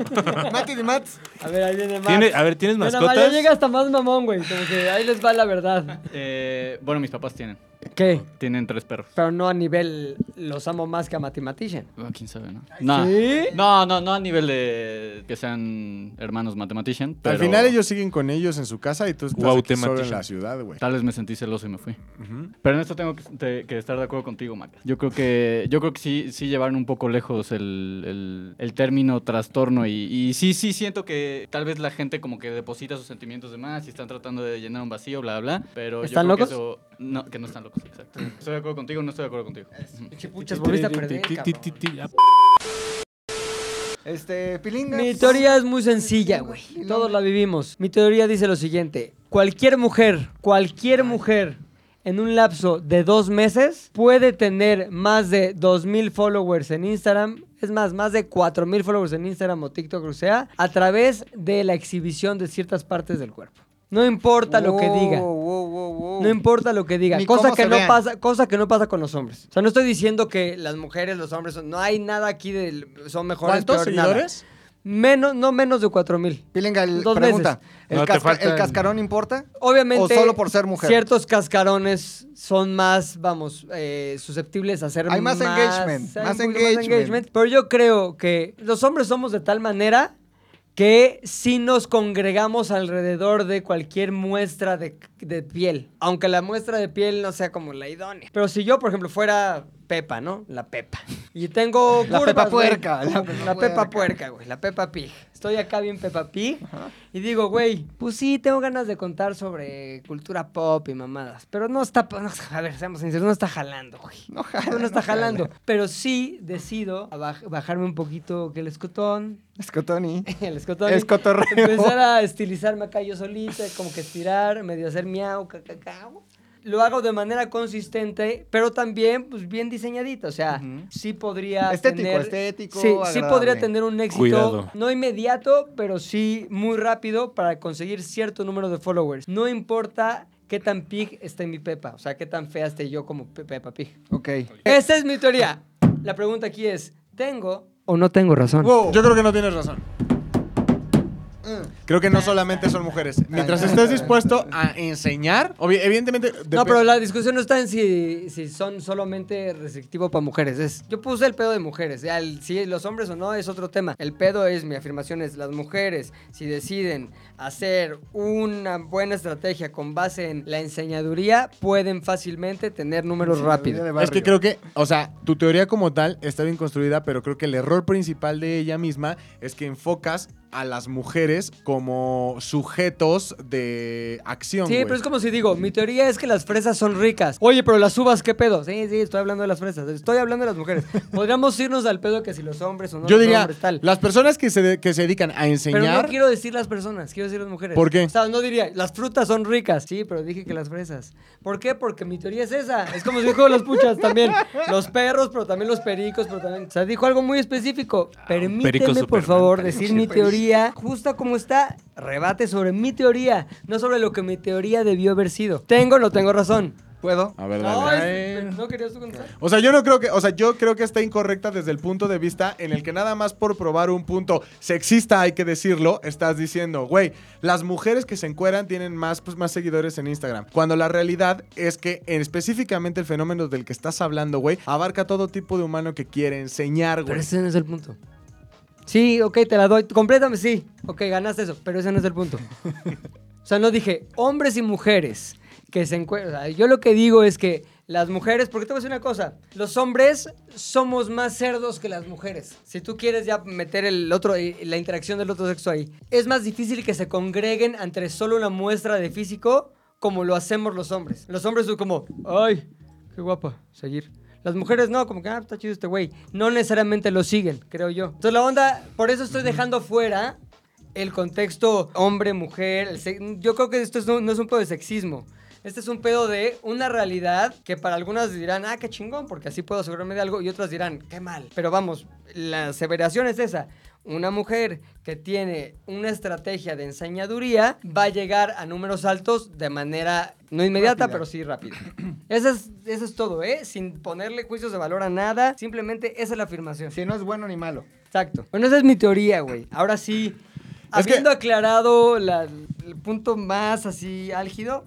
Speaker 3: Mati de Mats.
Speaker 1: A ver, ahí viene Mati.
Speaker 2: ¿Tiene- a ver, ¿tienes
Speaker 1: Mira, Mario
Speaker 2: mascotas?
Speaker 1: llega hasta más mamón, güey. Como que ahí les va la verdad.
Speaker 10: Eh, bueno, mis papás tienen.
Speaker 1: ¿Qué?
Speaker 10: Tienen tres perros.
Speaker 1: Pero no a nivel los amo más que a Mathematician.
Speaker 10: Ah, ¿Quién sabe, no? No,
Speaker 1: ¿sí?
Speaker 10: no, no, no a nivel de que sean hermanos mathematician. Pero
Speaker 5: Al final ellos siguen con ellos en su casa y tú estás
Speaker 2: Guau,
Speaker 5: aquí solo en
Speaker 2: tematician.
Speaker 5: la ciudad, güey.
Speaker 10: Tal vez me sentí celoso y me fui.
Speaker 5: Ujú.
Speaker 10: Pero en esto tengo que, te- que estar de acuerdo contigo, Maca. Yo creo que, yo creo que sí, sí llevaron un poco lejos el, el- el término trastorno y, y sí, sí siento que tal vez la gente como que deposita sus sentimientos de más y están tratando de llenar un vacío, bla, bla, bla. Pero
Speaker 1: ¿Están
Speaker 10: yo creo que
Speaker 1: locos?
Speaker 10: eso- no, que no están locos, exacto. Estoy de acuerdo contigo, no estoy de acuerdo contigo. Ujú.
Speaker 1: Puchas, volviste a perder,
Speaker 2: Ti, ti, ti,
Speaker 1: cabrón.
Speaker 2: ti, ti, ah,
Speaker 3: Este, Pilingas.
Speaker 1: Mi teoría es muy sencilla, güey. Todos la vivimos. Mi teoría dice lo siguiente. Cualquier mujer, cualquier mujer en un lapso de dos meses puede tener más de 2.000 followers en Instagram. Es más, más de 4.000 followers en Instagram o TikTok, o sea, a través de la exhibición de ciertas partes del cuerpo. No importa lo que diga.
Speaker 3: Wow, wow, wow, wow.
Speaker 1: No importa lo que diga,
Speaker 3: Ni
Speaker 1: cosa
Speaker 3: cómo
Speaker 1: que
Speaker 3: se
Speaker 1: no
Speaker 3: vean.
Speaker 1: pasa, cosa que no pasa con los hombres. O sea, no estoy diciendo que las mujeres, los hombres, son- no hay nada aquí de son mejores.
Speaker 5: ¿Cuántos
Speaker 1: peor, nada.
Speaker 5: seguidores?
Speaker 1: Menos, no menos de 4000.
Speaker 3: Pilinga, el-
Speaker 1: Dos
Speaker 3: pregunta.
Speaker 1: meses.
Speaker 3: ¿el,
Speaker 2: No, te
Speaker 3: casca-
Speaker 2: faltan-
Speaker 3: el cascarón importa?
Speaker 1: Obviamente.
Speaker 3: O solo por ser mujer.
Speaker 1: Ciertos cascarones son más, vamos, eh, susceptibles a ser
Speaker 3: Hay más engagement,
Speaker 1: hay
Speaker 3: más
Speaker 1: un poquito
Speaker 3: engagement.
Speaker 1: Pero yo creo que los hombres somos de tal manera que si nos congregamos alrededor de cualquier muestra de, de piel, aunque la muestra de piel no sea como la idónea. Pero si yo, por ejemplo, fuera Pepa, ¿no? La Pepa. Y tengo
Speaker 3: La
Speaker 1: curvas,
Speaker 3: Pepa
Speaker 1: güey.
Speaker 3: puerca, la
Speaker 1: La,
Speaker 3: Pepa puerca.
Speaker 1: Pepa puerca, güey. La Pepa Pig. Estoy acá bien Pepa Pig. Y digo, güey, pues sí, tengo ganas de contar sobre cultura pop y mamadas. Pero no está, no, a ver, seamos sinceros, no está jalando, güey. No, no está jalando. Pero sí decido a baj- bajarme un poquito que el escotón.
Speaker 3: Escotoni.
Speaker 1: El escotón.
Speaker 3: Es cotorreo.
Speaker 1: Empezar a estilizarme acá yo solita, como que estirar, medio hacer miau, cacacao. Lo hago de manera consistente, pero también pues, bien diseñadita. O sea,
Speaker 3: Ujú.
Speaker 1: sí podría
Speaker 3: Estético,
Speaker 1: tener...
Speaker 3: estético,
Speaker 1: Sí, sí
Speaker 3: agradable.
Speaker 1: podría tener un éxito.
Speaker 2: Cuidado.
Speaker 1: No inmediato, pero sí muy rápido para conseguir cierto número de followers. No importa qué tan pig esté mi Pepa. O sea, qué tan fea esté yo como Pe- Pepa Pig.
Speaker 3: Ok.
Speaker 1: Esa es mi teoría. La pregunta aquí es, ¿tengo o no tengo razón?
Speaker 5: Yo creo que no tienes razón.
Speaker 3: Mm.
Speaker 5: Creo que no solamente son mujeres. Mientras estés dispuesto a enseñar, obvi- evidentemente.
Speaker 1: No,
Speaker 5: dep-
Speaker 1: pero la discusión no está en si, si son solamente restrictivo para mujeres. Es, yo puse el pedo de mujeres. Ya el- si los hombres o no es otro tema. El pedo es, mi afirmación es, las mujeres, si deciden hacer una buena estrategia con base en la enseñaduría, pueden fácilmente tener números rápidos.
Speaker 5: Es que creo que, o sea, tu teoría como tal está bien construida, pero creo que el error principal de ella misma es que enfocas a las mujeres como sujetos de acción.
Speaker 1: Sí,
Speaker 5: güey.
Speaker 1: pero es como si digo, mi teoría es que las fresas son ricas. Oye, pero las uvas, ¿qué pedo? Sí, sí, estoy hablando de las fresas. Estoy hablando de las mujeres. Podríamos irnos al pedo que si los hombres o no
Speaker 5: Yo
Speaker 1: los
Speaker 5: diría,
Speaker 1: hombres, tal.
Speaker 5: las personas que se, de- que se dedican a enseñar.
Speaker 1: Pero no quiero decir las personas, quiero decir las mujeres.
Speaker 5: ¿Por qué?
Speaker 1: O sea, no diría, las frutas son ricas. Sí, pero dije que las fresas. ¿Por qué? Porque mi teoría es esa. Es como si dijo los puchas también. Los perros, pero también los pericos, pero también. O sea, dijo algo muy específico.
Speaker 2: Ah, perico
Speaker 1: Permíteme, por
Speaker 2: Superman.
Speaker 1: favor, decir mi teoría justa como está. Rebate sobre mi teoría, no sobre lo que mi teoría debió haber sido. Tengo o no tengo razón.
Speaker 3: ¿Puedo?
Speaker 5: A ver,
Speaker 1: No,
Speaker 5: dale.
Speaker 1: es- no querías tú contestar.
Speaker 5: O sea, yo no creo que, o sea, yo creo que está incorrecta desde el punto de vista en el que nada más por probar un punto sexista, hay que decirlo, estás diciendo, güey, las mujeres que se encueran tienen más, pues, más seguidores en Instagram. Cuando la realidad es que en- específicamente el fenómeno del que estás hablando, güey, abarca todo tipo de humano que quiere enseñar,
Speaker 1: Pero
Speaker 5: güey.
Speaker 1: ese no es el punto. Sí, ok, te la doy. Complétame, sí. Ok, ganaste eso, pero ese no es el punto. o sea, no dije hombres y mujeres que se encuentran. yo lo que digo es que Las mujeres, porque te voy a decir una cosa, los hombres somos más cerdos que las mujeres. Si tú quieres ya meter el otro, eh, la interacción del otro sexo ahí, es más difícil que se congreguen ante solo una muestra de físico como lo hacemos los hombres. Los hombres son como, ay, qué guapa, seguir. Las mujeres no, como que, ah, está chido este güey. No necesariamente lo siguen, creo yo. Entonces la onda, por eso estoy dejando fuera el contexto hombre-mujer. el sex- Yo creo que esto es un- no es un pedo de sexismo. Este es un pedo de una realidad que para algunas dirán, ah, qué chingón, porque así puedo asegurarme de algo, y otras dirán, qué mal. Pero vamos, la aseveración es esa. Una mujer que tiene una estrategia de enseñaduría va a llegar a números altos de manera no inmediata, pero sí rápida. Eso es, eso es todo, ¿eh? Sin ponerle juicios de valor a nada, simplemente esa es la afirmación.
Speaker 3: Si no es bueno ni malo.
Speaker 1: Exacto. Bueno, esa es mi teoría, güey. Ahora sí, habiendo aclarado la- el punto más así álgido,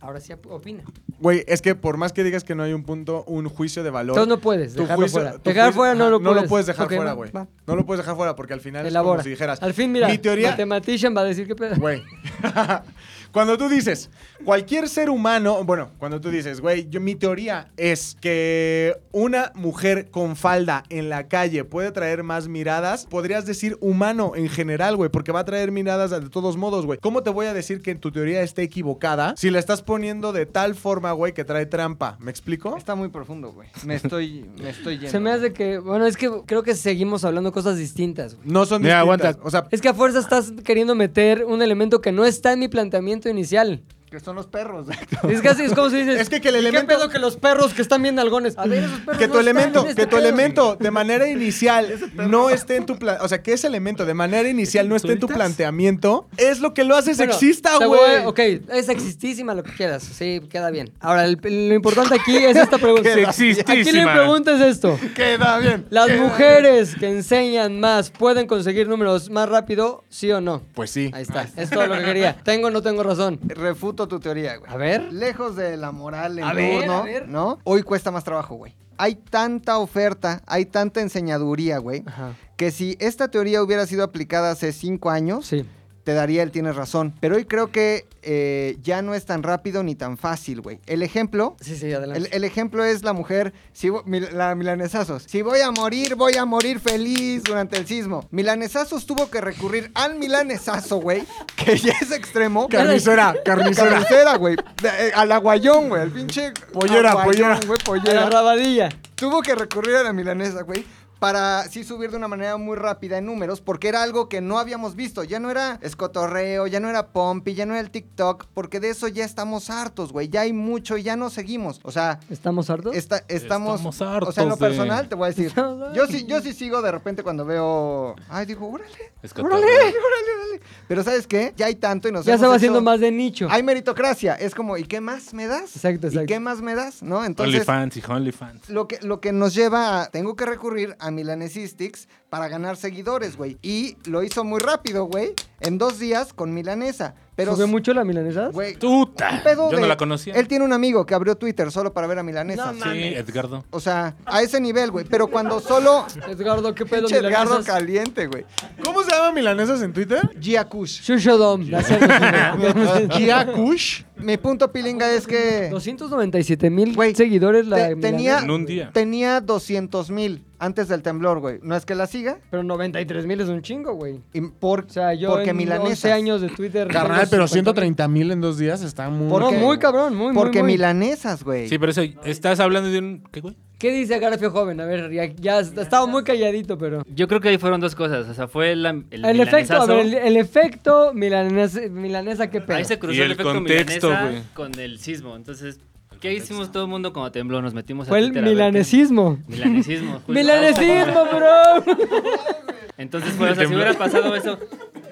Speaker 1: ahora sí op- opina.
Speaker 5: Güey, es que por más que digas que no hay un punto, un juicio de valor.
Speaker 1: Entonces no puedes
Speaker 5: tu
Speaker 1: dejarlo
Speaker 5: juicio-
Speaker 1: fuera.
Speaker 5: tu
Speaker 1: Dejar
Speaker 5: juicio-
Speaker 1: fuera no
Speaker 5: ajá,
Speaker 1: lo puedes.
Speaker 5: dejar
Speaker 1: Ok,
Speaker 5: fuera,
Speaker 1: va,
Speaker 5: güey.
Speaker 1: va.
Speaker 5: No lo puedes dejar fuera porque al final es
Speaker 1: Elabora.
Speaker 5: como si dijeras.
Speaker 1: Al fin, mira,
Speaker 5: Mi teoría.
Speaker 1: Mathematician va a decir que pedo.
Speaker 5: Güey. cuando tú dices, cualquier ser humano, bueno, cuando tú dices, güey, yo mi teoría es que una mujer con falda en la calle puede traer más miradas, podrías decir humano en general, güey, porque va a traer miradas de todos modos, güey. ¿Cómo te voy a decir que tu teoría esté equivocada si la estás poniendo de tal forma, güey, que trae trampa? ¿Me explico?
Speaker 2: Este
Speaker 3: Está muy profundo, güey. Me estoy, me estoy yendo.
Speaker 1: Se me hace que, bueno, es que creo que seguimos hablando cosas distintas, güey.
Speaker 5: No son
Speaker 2: Mira,
Speaker 5: distintas.
Speaker 2: aguanta.
Speaker 5: O sea,
Speaker 1: Es que a fuerza estás queriendo meter un elemento que no está en mi planteamiento inicial.
Speaker 3: Que son los perros.
Speaker 1: Es casi, es como si dices.
Speaker 5: Es que- que el elemento-
Speaker 1: ¿Qué pedo que los perros que están bien nalgones? A ver, esos perros
Speaker 5: que
Speaker 1: no
Speaker 5: tu
Speaker 1: están
Speaker 5: elemento,
Speaker 1: en este
Speaker 5: que tu
Speaker 1: pedo.
Speaker 5: elemento de manera inicial no esté en tu plan, o sea, que ese elemento de manera inicial no esté en tu planteamiento, es lo que lo hace
Speaker 1: Bueno,
Speaker 5: sexista,
Speaker 1: te voy
Speaker 5: güey.
Speaker 1: a- Ok, es sexistísima lo que quieras. Sí, queda bien. Ahora, el- lo importante aquí es esta pregunta.
Speaker 2: Sexistísima.
Speaker 1: Aquí la pregunta es esto.
Speaker 3: Queda bien.
Speaker 1: ¿Las mujeres que enseñan más pueden conseguir números más rápido, sí o no?
Speaker 5: Pues sí.
Speaker 1: Ahí está. Es todo lo que quería. ¿Tengo o no tengo razón?
Speaker 3: Refuto tu teoría, güey.
Speaker 1: A ver.
Speaker 3: Lejos de la moral en
Speaker 1: A ver,
Speaker 3: turno,
Speaker 1: a ver.
Speaker 3: ¿no? Hoy cuesta más trabajo, güey. Hay tanta oferta, hay tanta enseñaduría, güey,
Speaker 1: Ajá.
Speaker 3: que si esta teoría hubiera sido aplicada hace cinco años,
Speaker 1: Sí.
Speaker 3: te daría el tienes razón. Pero hoy creo que eh, ya no es tan rápido ni tan fácil, güey. El ejemplo
Speaker 1: Sí, sí, adelante.
Speaker 3: El, el ejemplo es la mujer, si vo- mil- la milanesazos. Si voy a morir, voy a morir feliz durante el sismo. Milanesazos tuvo que recurrir al milanesazo, güey, que ya es extremo.
Speaker 5: Carnicera, carnicera.
Speaker 3: Carnicera, güey. De- eh, Al aguayón, güey. Al pinche.
Speaker 5: Pollera,
Speaker 3: aguayón,
Speaker 5: pollera.
Speaker 1: A
Speaker 3: güey,
Speaker 1: la
Speaker 3: pollera.
Speaker 1: rabadilla.
Speaker 3: Tuvo que recurrir a la milanesa, güey. Para sí subir de una manera muy rápida en números, porque era algo que no habíamos visto. Ya no era escotorreo, ya no era pompi, ya no era el TikTok, porque de eso ya estamos hartos, güey. Ya hay mucho y ya no seguimos. O sea,
Speaker 1: ¿Estamos hartos?
Speaker 3: Está- estamos,
Speaker 2: Estamos
Speaker 3: O sea, en lo
Speaker 2: hartos de-
Speaker 3: personal te voy a decir.
Speaker 1: Estamos hartos.
Speaker 3: Yo sí, yo sí sigo de repente cuando veo. Ay, digo, órale.
Speaker 2: Es que
Speaker 3: Órale, órale, órale. Pero ¿sabes qué? Ya hay tanto y nos
Speaker 1: Ya
Speaker 3: hemos
Speaker 1: se va
Speaker 3: hecho-
Speaker 1: haciendo más de nicho.
Speaker 3: Hay meritocracia. Es como, ¿y qué más me das?
Speaker 1: Exacto, exacto.
Speaker 3: ¿Y qué más me das? ¿No? Entonces.
Speaker 2: OnlyFans, hijo, OnlyFans.
Speaker 3: Lo que, lo que nos lleva a. Tengo que recurrir a Milanesistics para ganar seguidores, güey. Y lo hizo muy rápido, güey. En dos días con Milanesa. Pero.
Speaker 1: ¿Subió mucho la milanesa?
Speaker 3: Güey,
Speaker 2: ¡Tuta!
Speaker 3: pedo
Speaker 2: Yo no
Speaker 3: de-
Speaker 2: la conocía.
Speaker 3: Él tiene un amigo que abrió Twitter solo para ver a Milanesa.
Speaker 2: Sí, Edgardo.
Speaker 3: O sea, a ese nivel, güey. Pero cuando solo.
Speaker 1: Edgardo, ¿qué pedo?
Speaker 3: Pinche Edgardo
Speaker 1: milanesas?
Speaker 3: caliente, güey.
Speaker 5: ¿Cómo se llaman milanesas en Twitter?
Speaker 3: Giacush.
Speaker 1: Shushodom. la hacemos.
Speaker 5: Giacush.
Speaker 3: Mi punto pilinga es que.
Speaker 1: 297 mil
Speaker 3: Güey,
Speaker 1: seguidores la
Speaker 3: te- tenía,
Speaker 1: milanesa,
Speaker 2: En un día.
Speaker 3: tenía 200 mil antes del temblor, güey. No es que la siga.
Speaker 1: Pero 93 mil es un chingo, güey.
Speaker 3: y por-
Speaker 1: O sea, yo
Speaker 3: porque
Speaker 1: en
Speaker 3: milanesas.
Speaker 1: 11 años de Twitter...
Speaker 5: Carnal, pero
Speaker 1: 130
Speaker 5: 130 mil en dos días está muy.
Speaker 3: ¿Por
Speaker 1: No,
Speaker 3: qué?
Speaker 1: muy cabrón, muy, muy,
Speaker 3: porque
Speaker 1: muy.
Speaker 3: milanesas, güey.
Speaker 2: Sí, pero eso, estás hablando de un... ¿Qué, güey?
Speaker 1: ¿Qué dice Garfio Joven? A ver, ya, ya estaba muy calladito, pero...
Speaker 9: Yo creo que ahí fueron dos cosas. O sea, fue la- el,
Speaker 1: El efecto, a
Speaker 9: milanesazo.
Speaker 1: ver, el, el efecto milanesa, milanesa ¿qué pedo?
Speaker 9: Ahí se cruzó
Speaker 2: Y
Speaker 9: el,
Speaker 2: el
Speaker 9: efecto
Speaker 2: contexto,
Speaker 9: milanesa
Speaker 2: güey.
Speaker 9: con el sismo. Entonces, ¿qué hicimos todo el mundo cuando tembló? Nos metimos a
Speaker 1: Fue el
Speaker 9: Twitter a ver qué-
Speaker 1: milanesismo.
Speaker 9: Milanesismo. justo.
Speaker 1: ¡Milanesismo, bro!
Speaker 9: Entonces, pues, o sea, si
Speaker 2: Tembló.
Speaker 9: hubiera pasado eso,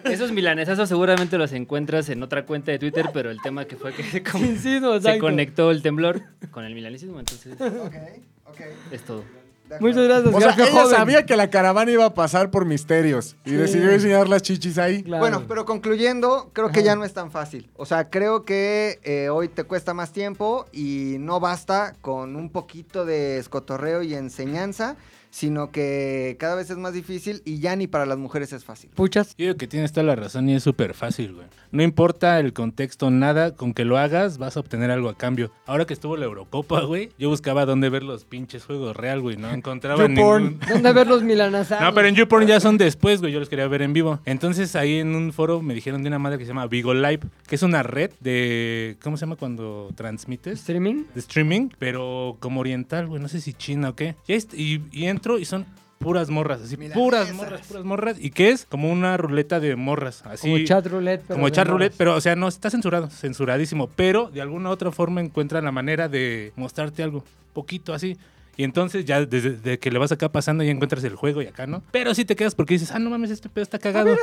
Speaker 9: esos milanesazos seguramente los encuentras en otra cuenta de Twitter, pero el tema que fue que se, con-
Speaker 1: Milanesismo,
Speaker 9: se
Speaker 1: exacto.
Speaker 9: conectó el temblor con el milanesismo. Entonces,
Speaker 3: Ok, ok.
Speaker 9: es todo.
Speaker 1: Muchas gracias,
Speaker 5: O sea,
Speaker 1: Garfio
Speaker 5: ella
Speaker 1: Joven.
Speaker 5: sabía que la caravana iba a pasar por misterios y decidió enseñar las chichis ahí.
Speaker 1: Claro.
Speaker 3: Bueno, pero concluyendo, creo que ya no es tan fácil. O sea, creo que eh, hoy te cuesta más tiempo y no basta con un poquito de escotorreo y enseñanza, sino que cada vez es más difícil y ya ni para las mujeres es fácil.
Speaker 1: Puchas.
Speaker 2: Yo digo que tienes toda la razón y es súper fácil, güey. No importa el contexto, nada, con que lo hagas vas a obtener algo a cambio. Ahora que estuvo la Eurocopa, güey, yo buscaba dónde ver los pinches juegos real, güey. No encontraba ningún...
Speaker 1: ¿Dónde ver los milanazos?
Speaker 2: No, pero en YouPorn ya son después, güey. Yo los quería ver en vivo. Entonces ahí en un foro me dijeron de una madre que se llama Vigo Live, que es una red de... ¿Cómo se llama cuando transmites?
Speaker 1: ¿Streaming?
Speaker 2: de streaming, pero como oriental, güey, no sé si china o qué. Y, est- y- y entro y son puras morras, así, puras morras, puras morras. ¿Y qué es? Como una ruleta de morras, así.
Speaker 1: Como chat roulette. pero
Speaker 2: como
Speaker 1: de
Speaker 2: chat
Speaker 1: morras.
Speaker 2: roulette, pero o sea, no, está censurado, censuradísimo, pero de alguna u otra forma encuentran la manera de mostrarte algo, poquito así. Y entonces ya desde de que le vas acá pasando ya encuentras el juego y acá no. Pero sí te quedas porque dices, ah, no mames, este pedo está cagado.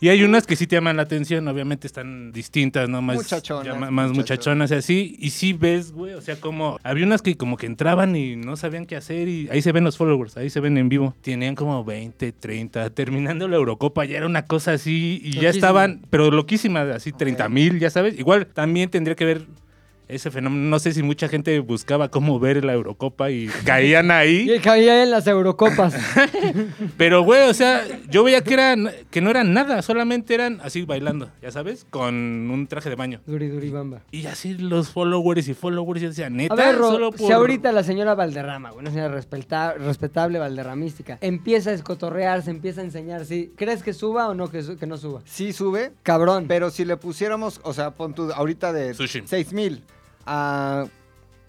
Speaker 2: Y hay unas que sí te llaman la atención, obviamente están distintas, ¿no? Más
Speaker 3: Muchachonas,
Speaker 2: llama- más
Speaker 3: muchachonas.
Speaker 2: muchachonas y así. Y sí ves, güey, o sea, como había unas que como que entraban y no sabían qué hacer y ahí se ven los followers, ahí se ven en vivo. Tenían como 20, 30, terminando la Eurocopa ya era una cosa así y ya
Speaker 1: Loquísimo.
Speaker 2: estaban, pero loquísimas, así 30 mil, ya sabes. Igual también tendría que ver ese fenómeno. No sé si mucha gente buscaba cómo ver la Eurocopa y caían ahí.
Speaker 1: Y caía en las Eurocopas.
Speaker 2: Pero, güey, o sea, yo veía que, eran, que no eran nada, solamente eran así bailando, ya sabes, con un traje de baño.
Speaker 1: Duri Duri Bamba.
Speaker 2: Y así los followers y followers, yo decía, neta,
Speaker 1: A ver, Ro,
Speaker 2: solo por...
Speaker 1: si ahorita la señora Valderrama, una señora respeta- respetable valderramística, empieza a escotorrear, se empieza a enseñar, ¿sí? ¿crees que suba o no que, su- que no suba?
Speaker 3: Sí sube,
Speaker 1: Cabrón.
Speaker 3: pero si le pusiéramos, o sea, pon tú ahorita de
Speaker 2: Sushi.
Speaker 3: 6 mil a...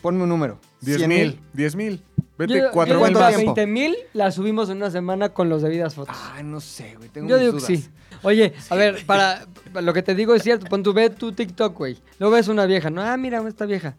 Speaker 3: Ponme un número.
Speaker 5: 10
Speaker 3: 100,000.
Speaker 5: mil. 10 mil. Vete
Speaker 1: Yo-
Speaker 5: cuatro
Speaker 1: yo
Speaker 3: ¿cuánto
Speaker 1: digo, a
Speaker 3: tiempo?
Speaker 1: 20 mil la subimos en una semana con las debidas fotos.
Speaker 3: Ay, Ah, no sé, güey. Tengo
Speaker 1: yo
Speaker 3: mis
Speaker 1: digo
Speaker 3: dudas.
Speaker 1: que sí. Oye, a ver, para, para lo que te digo es cierto. Pon tu, ve tu TikTok, güey. Luego ves una vieja. No, ah, mira, esta vieja.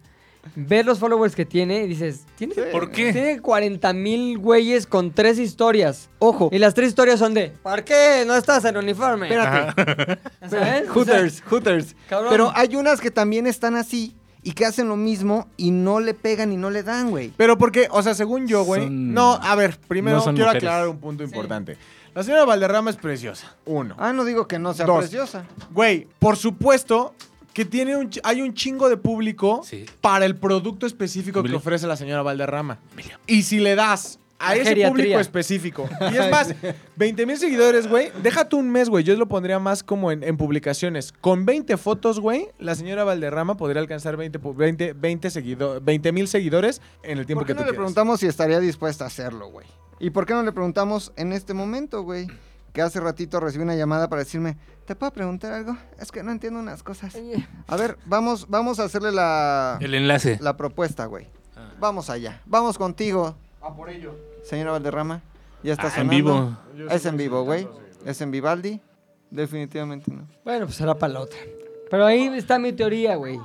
Speaker 1: Ves los followers que tiene y dices, ¿tiene,
Speaker 2: ¿Por qué?
Speaker 1: Tiene 40 mil güeyes con tres historias. Ojo. Y las tres historias son de, ¿por qué no estás en uniforme?
Speaker 3: Espérate.
Speaker 1: Ya ¿Sabes?
Speaker 3: Hooters, Hooters.
Speaker 1: cabrón.
Speaker 3: Pero hay unas que también están así y que hacen lo mismo y no le pegan y no le dan, güey.
Speaker 5: Pero porque, o sea, según yo, güey.
Speaker 2: Son-
Speaker 5: No, a ver, primero
Speaker 2: no son
Speaker 5: quiero
Speaker 2: mujeres.
Speaker 5: aclarar un punto importante. La señora Valderrama es preciosa. Uno.
Speaker 3: Ah, no digo que no sea
Speaker 5: Dos.
Speaker 3: preciosa.
Speaker 5: Güey, por supuesto que tiene un, ch- hay un chingo de público
Speaker 2: Sí.
Speaker 5: para el producto específico que
Speaker 2: Emilio.
Speaker 5: ofrece la señora Valderrama. Y si le das a
Speaker 1: La
Speaker 5: ese
Speaker 1: geriatría.
Speaker 5: público específico, y es más, 20 mil seguidores, güey, déjate un mes, güey, yo lo pondría más como en, en publicaciones. Con 20 fotos, güey, la señora Valderrama podría alcanzar 20 pu- 20 20 seguido- 20 mil seguidores en el tiempo
Speaker 3: ¿Por qué
Speaker 5: que
Speaker 3: no
Speaker 5: tú
Speaker 3: le
Speaker 5: quieras.
Speaker 3: preguntamos si estaría dispuesta a hacerlo, güey? ¿Y por qué no le preguntamos en este momento, güey? Que hace ratito recibí una llamada para decirme, ¿te puedo preguntar algo? Es que no entiendo unas cosas. A ver, vamos, vamos a hacerle la,
Speaker 2: El enlace.
Speaker 3: la propuesta, güey.
Speaker 2: Ah.
Speaker 3: Vamos allá. Vamos contigo. A por ello. Señora Valderrama, ya está
Speaker 2: Ah, en
Speaker 3: sonando.
Speaker 2: vivo.
Speaker 3: Es en vivo, güey. Es en Vivaldi. Definitivamente no.
Speaker 1: Bueno, pues será para la otra. Pero ahí está mi teoría, güey.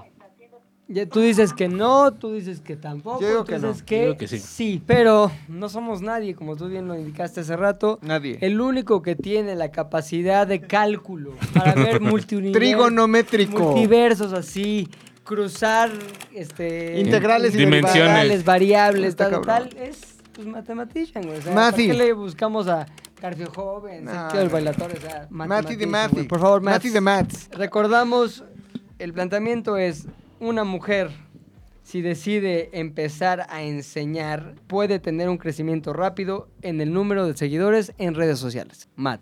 Speaker 1: Ya, tú dices que no, tú dices que tampoco,
Speaker 3: Yo digo
Speaker 1: tú
Speaker 3: que no.
Speaker 1: dices
Speaker 2: Yo digo que sí.
Speaker 1: sí. Pero no somos nadie, como tú bien lo indicaste hace rato.
Speaker 3: Nadie.
Speaker 1: El único que tiene la capacidad de cálculo para ver multiuniversos,
Speaker 3: Trigonométrico.
Speaker 1: multiversos así, cruzar este
Speaker 3: Integrales y
Speaker 2: Dimensiones.
Speaker 1: integrales, variables,
Speaker 3: Está
Speaker 1: tal,
Speaker 3: cabrón.
Speaker 1: tal, es pues matematician, güey. O sea,
Speaker 3: Mati.
Speaker 1: ¿para qué le buscamos a Carpio Joven,
Speaker 3: Nah.
Speaker 1: Sergio el Bailator, o sea,
Speaker 3: Mati de
Speaker 1: matematician,
Speaker 3: Mati.
Speaker 1: güey. Por favor, Mats.
Speaker 3: Mati de Mats.
Speaker 1: Recordamos, el planteamiento es, una mujer, si decide empezar a enseñar, puede tener un crecimiento rápido en el número de seguidores en redes sociales. Matt.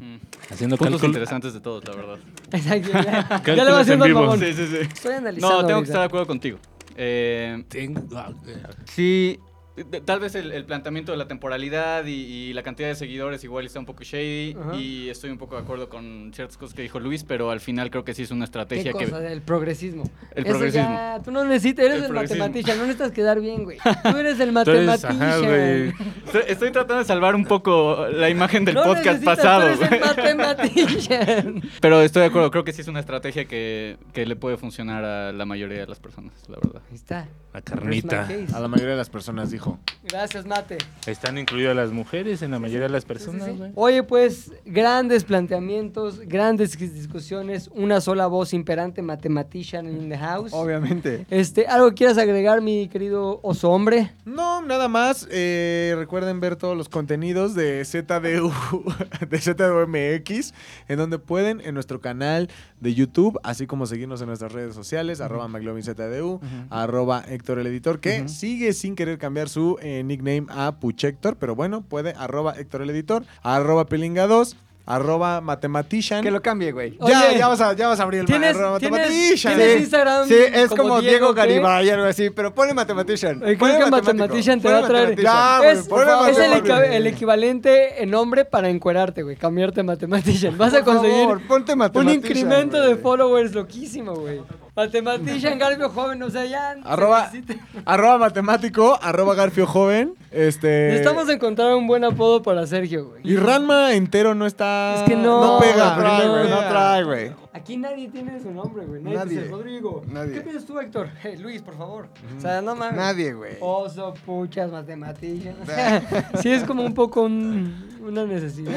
Speaker 10: Mm.
Speaker 2: Haciendo
Speaker 10: Puntos
Speaker 2: cálculo.
Speaker 10: interesantes de todos, la verdad.
Speaker 1: Exacto, ya, ya le
Speaker 2: Cálculos
Speaker 1: va
Speaker 2: en
Speaker 1: haciendo el
Speaker 2: vivo.
Speaker 1: mamón.
Speaker 10: Sí, sí, sí.
Speaker 1: Estoy analizando.
Speaker 10: No, tengo que
Speaker 1: Ah. ahorita.
Speaker 10: estar de acuerdo contigo. Eh,
Speaker 2: Tengo- ah, eh,
Speaker 10: Sí, Eh, de- tal vez el, el planteamiento de la temporalidad y, y la cantidad de seguidores igual está un poco shady
Speaker 1: Ajá.
Speaker 10: y estoy un poco de acuerdo con ciertas cosas que dijo Luis, pero al final creo que sí es una
Speaker 1: ¿Qué
Speaker 10: estrategia
Speaker 1: cosa? ¿eh?
Speaker 10: que...
Speaker 1: El progresismo.
Speaker 10: El
Speaker 1: Eso
Speaker 10: progresismo.
Speaker 1: ya, tú no necesitas, eres
Speaker 10: El
Speaker 1: el,
Speaker 10: progresismo.
Speaker 1: matematician, no necesitas quedar bien, güey. Tú eres el
Speaker 2: tú eres-
Speaker 1: matematician.
Speaker 2: ajá, güey.
Speaker 10: Estoy, estoy tratando de salvar un poco la imagen del
Speaker 1: No
Speaker 10: podcast
Speaker 1: necesitas,
Speaker 10: pasado,
Speaker 1: Tú eres el
Speaker 10: güey.
Speaker 1: matematician.
Speaker 10: pero estoy de acuerdo, creo que sí es una estrategia que, que le puede funcionar a la mayoría de las personas, la verdad.
Speaker 1: Ahí está.
Speaker 2: La carnita.
Speaker 1: Here's my case.
Speaker 5: A la mayoría de las personas dijo.
Speaker 1: Gracias, mate.
Speaker 2: Están incluidas las mujeres en la mayoría de las personas, güey.
Speaker 1: Oye, pues, grandes planteamientos, grandes dis- discusiones, una sola voz imperante, matematician in the house.
Speaker 3: Obviamente.
Speaker 1: Este, ¿algo que quieras agregar, mi querido oso hombre?
Speaker 5: No, nada más. eh, recuerden ver todos los contenidos de ZDU, de ZDUMX, en donde pueden, en nuestro canal de YouTube, así como seguirnos en nuestras redes sociales, arroba McLovinZDU, arroba Héctor el Editor, que sigue sin querer cambiar su eh, nickname a Puchector, pero bueno, puede arroba Héctor el Editor, arroba Pelinga2, arroba Matematician.
Speaker 3: Que lo cambie, güey.
Speaker 5: Ya,
Speaker 1: Oye,
Speaker 5: ya, vas a, ya vas a abrir el
Speaker 1: ¿tienes-
Speaker 5: arroba
Speaker 1: tienes-
Speaker 5: Matematician.
Speaker 1: tienes
Speaker 5: Sí.
Speaker 1: Instagram
Speaker 3: Sí, es
Speaker 1: como
Speaker 3: como,
Speaker 1: Diego,
Speaker 3: Diego,
Speaker 1: ¿qué?
Speaker 3: Garibay, algo así, pero ponle Matematician.
Speaker 1: Eh, Creo
Speaker 5: Ponle
Speaker 1: que
Speaker 5: matemático,
Speaker 1: Matematician te va
Speaker 5: ponle
Speaker 1: a traer.
Speaker 5: matematician.
Speaker 3: Ya, güey,
Speaker 1: es,
Speaker 5: ponle
Speaker 1: es el,
Speaker 5: matematician.
Speaker 1: equi- el equivalente en nombre para encuerarte, güey. Cambiarte a Matematician. Vas a
Speaker 3: Por
Speaker 1: conseguir
Speaker 3: favor, ponte
Speaker 1: un
Speaker 3: Matematician.
Speaker 1: incremento
Speaker 3: güey.
Speaker 1: de followers loquísimo, güey. Matematician, Garbio Joven, o sea, ya. se
Speaker 5: Arroba,
Speaker 1: necesita.
Speaker 5: arroba matemático, arroba Garfio Joven. Este.
Speaker 1: Necesitamos
Speaker 3: Eh,
Speaker 1: encontrar un buen apodo para Sergio, güey.
Speaker 5: Y Ranma entero no está.
Speaker 1: Es que no,
Speaker 5: No pega,
Speaker 3: No trae, güey, no
Speaker 5: pega.
Speaker 3: trae, güey.
Speaker 1: Aquí nadie tiene su nombre, güey. Nadie,
Speaker 3: Nadie.
Speaker 1: dice Rodrigo.
Speaker 3: Nadie.
Speaker 1: ¿Qué piensas tú, Héctor? Eh, Luis, por favor. O sea, no mames.
Speaker 3: Nadie, güey.
Speaker 1: Oso, puchas, matematician. O sea, sí es como un poco un- una necesidad.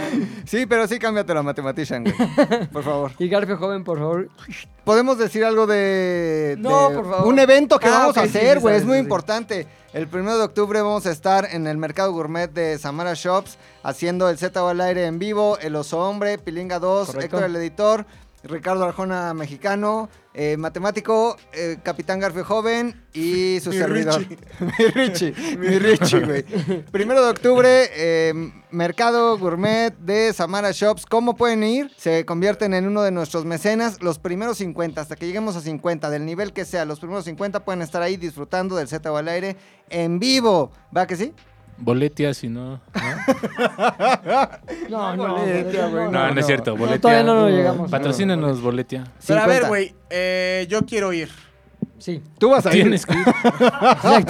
Speaker 3: Sí, pero sí cámbiatelo a Matematician, güey. Por favor.
Speaker 1: Y Garfio Joven, por favor.
Speaker 3: ¿Podemos decir algo de,
Speaker 1: No,
Speaker 3: de
Speaker 1: por favor.
Speaker 3: un evento que
Speaker 1: Ah,
Speaker 3: vamos
Speaker 1: ok,
Speaker 3: a
Speaker 1: sí, sí,
Speaker 3: hacer, güey?
Speaker 1: sabes,
Speaker 3: es muy
Speaker 1: sí.
Speaker 3: importante. El 1 de octubre vamos a estar en el Mercado Gourmet de Samara Shops haciendo el Z al aire en vivo, El Oso Hombre, Pilinga 2,
Speaker 1: Correcto.
Speaker 3: Héctor el Editor, Ricardo Arjona Mexicano, eh, Matemático, eh, Capitán Garfio Joven y su
Speaker 5: Mi
Speaker 3: servidor.
Speaker 5: Richie.
Speaker 3: mi Richie, mi Richie, güey. Primero de octubre, eh, Mercado Gourmet de Samara Shops. ¿Cómo pueden ir? Se convierten en uno de nuestros mecenas. Los primeros 50, hasta que lleguemos a 50, del nivel que sea, los primeros 50 pueden estar ahí disfrutando del Z o al aire en vivo. ¿Va que sí?
Speaker 2: Boletia, si no.
Speaker 1: No, no,
Speaker 3: boletia, güey,
Speaker 1: no,
Speaker 2: No,
Speaker 1: no.
Speaker 2: no, es cierto. Boletia.
Speaker 1: todavía no lo llegamos.
Speaker 2: Patrocínanos, Boletia.
Speaker 5: Pero a
Speaker 3: 50.
Speaker 5: ver, güey, eh, yo quiero ir.
Speaker 1: Sí.
Speaker 3: Tú vas a ir.
Speaker 2: Tienes que ir. Pues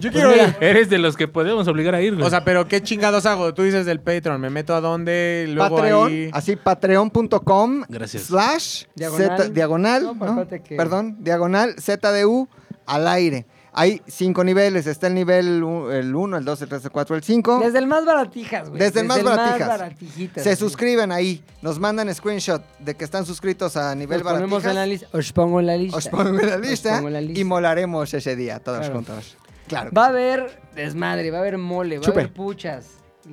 Speaker 5: Yo quiero ir.
Speaker 2: Eres de los que podemos obligar a ir, güey.
Speaker 5: Pues O sea, pero ¿qué chingados hago? Tú dices del Patreon, ¿me meto a dónde? Y Luego
Speaker 3: Patreon,
Speaker 5: ahí...
Speaker 3: así patreon.com
Speaker 2: Gracias.
Speaker 3: slash
Speaker 1: Diagonal.
Speaker 3: Z- diagonal,
Speaker 1: No, pues,
Speaker 3: ¿no?
Speaker 1: acuérdate que-
Speaker 3: perdón, diagonal ZDU al aire. Hay cinco niveles, está el nivel 1, el 2, el 3, el 4, el 5.
Speaker 1: Desde el más baratijas, güey.
Speaker 3: Desde el más baratijas.
Speaker 1: baratijitas,
Speaker 3: Se
Speaker 1: güey.
Speaker 3: suscriben ahí, nos mandan screenshot de que están suscritos a nivel
Speaker 1: Los ponemos en la
Speaker 3: baratijas.
Speaker 1: lista. Os pongo en la lista.
Speaker 3: Os pongo en la
Speaker 1: Os
Speaker 3: lista
Speaker 1: pongo en la lista.
Speaker 3: y molaremos ese día todos
Speaker 1: Claro.
Speaker 3: juntos. Claro.
Speaker 1: Va a haber desmadre, va a haber mole, va
Speaker 3: Chupe.
Speaker 1: a haber puchas.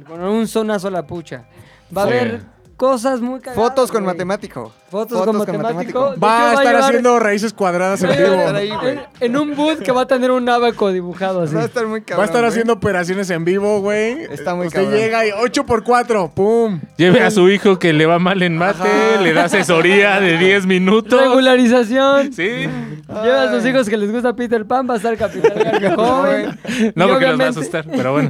Speaker 1: Con un so- una sola pucha. Va a
Speaker 2: Sí.
Speaker 1: haber cosas muy cagadas.
Speaker 3: Fotos con
Speaker 1: güey.
Speaker 3: matemático.
Speaker 1: Fotos, con, matemático. De hecho,
Speaker 5: Va a estar
Speaker 1: llevar-
Speaker 5: haciendo raíces cuadradas en
Speaker 1: va a
Speaker 5: vivo.
Speaker 1: llevar en, en un booth que va a tener un abaco dibujado así.
Speaker 3: Va a estar muy cabrón.
Speaker 5: Va a estar
Speaker 3: güey.
Speaker 5: haciendo operaciones en vivo, güey.
Speaker 3: Está muy
Speaker 5: Usted
Speaker 3: cabrón.
Speaker 5: llega y 8x4, ¡pum!
Speaker 2: Lleve a su hijo que le va mal en mate, le da asesoría de 10 minutos.
Speaker 1: Regularización.
Speaker 2: Sí.
Speaker 1: Lleva a sus hijos que les gusta Peter Pan, va a estar Capitán Garfio joven.
Speaker 2: No,
Speaker 1: Y
Speaker 2: porque nos va a
Speaker 1: obviamente-
Speaker 2: asustar, pero bueno.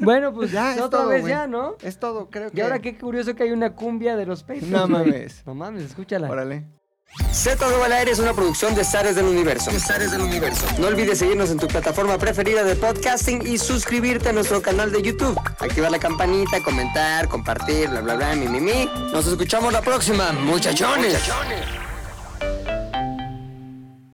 Speaker 1: Bueno, pues
Speaker 3: Ya, es
Speaker 1: otra
Speaker 3: todo,
Speaker 1: vez
Speaker 3: güey.
Speaker 1: ya, ¿no?
Speaker 3: Es todo, creo que.
Speaker 1: Y ahora qué curioso que hay una cumbia de los pechos.
Speaker 3: No
Speaker 1: güey.
Speaker 3: mames.
Speaker 1: No mames, escúchala.
Speaker 3: Órale.
Speaker 4: Z2 al aire es una producción de Zares del Universo. del Universo. No olvides seguirnos en tu plataforma preferida de podcasting y suscribirte a nuestro canal de YouTube. Activar la campanita, comentar, compartir, bla, bla, bla, mi, mi, mi. Nos escuchamos la próxima, muchachones.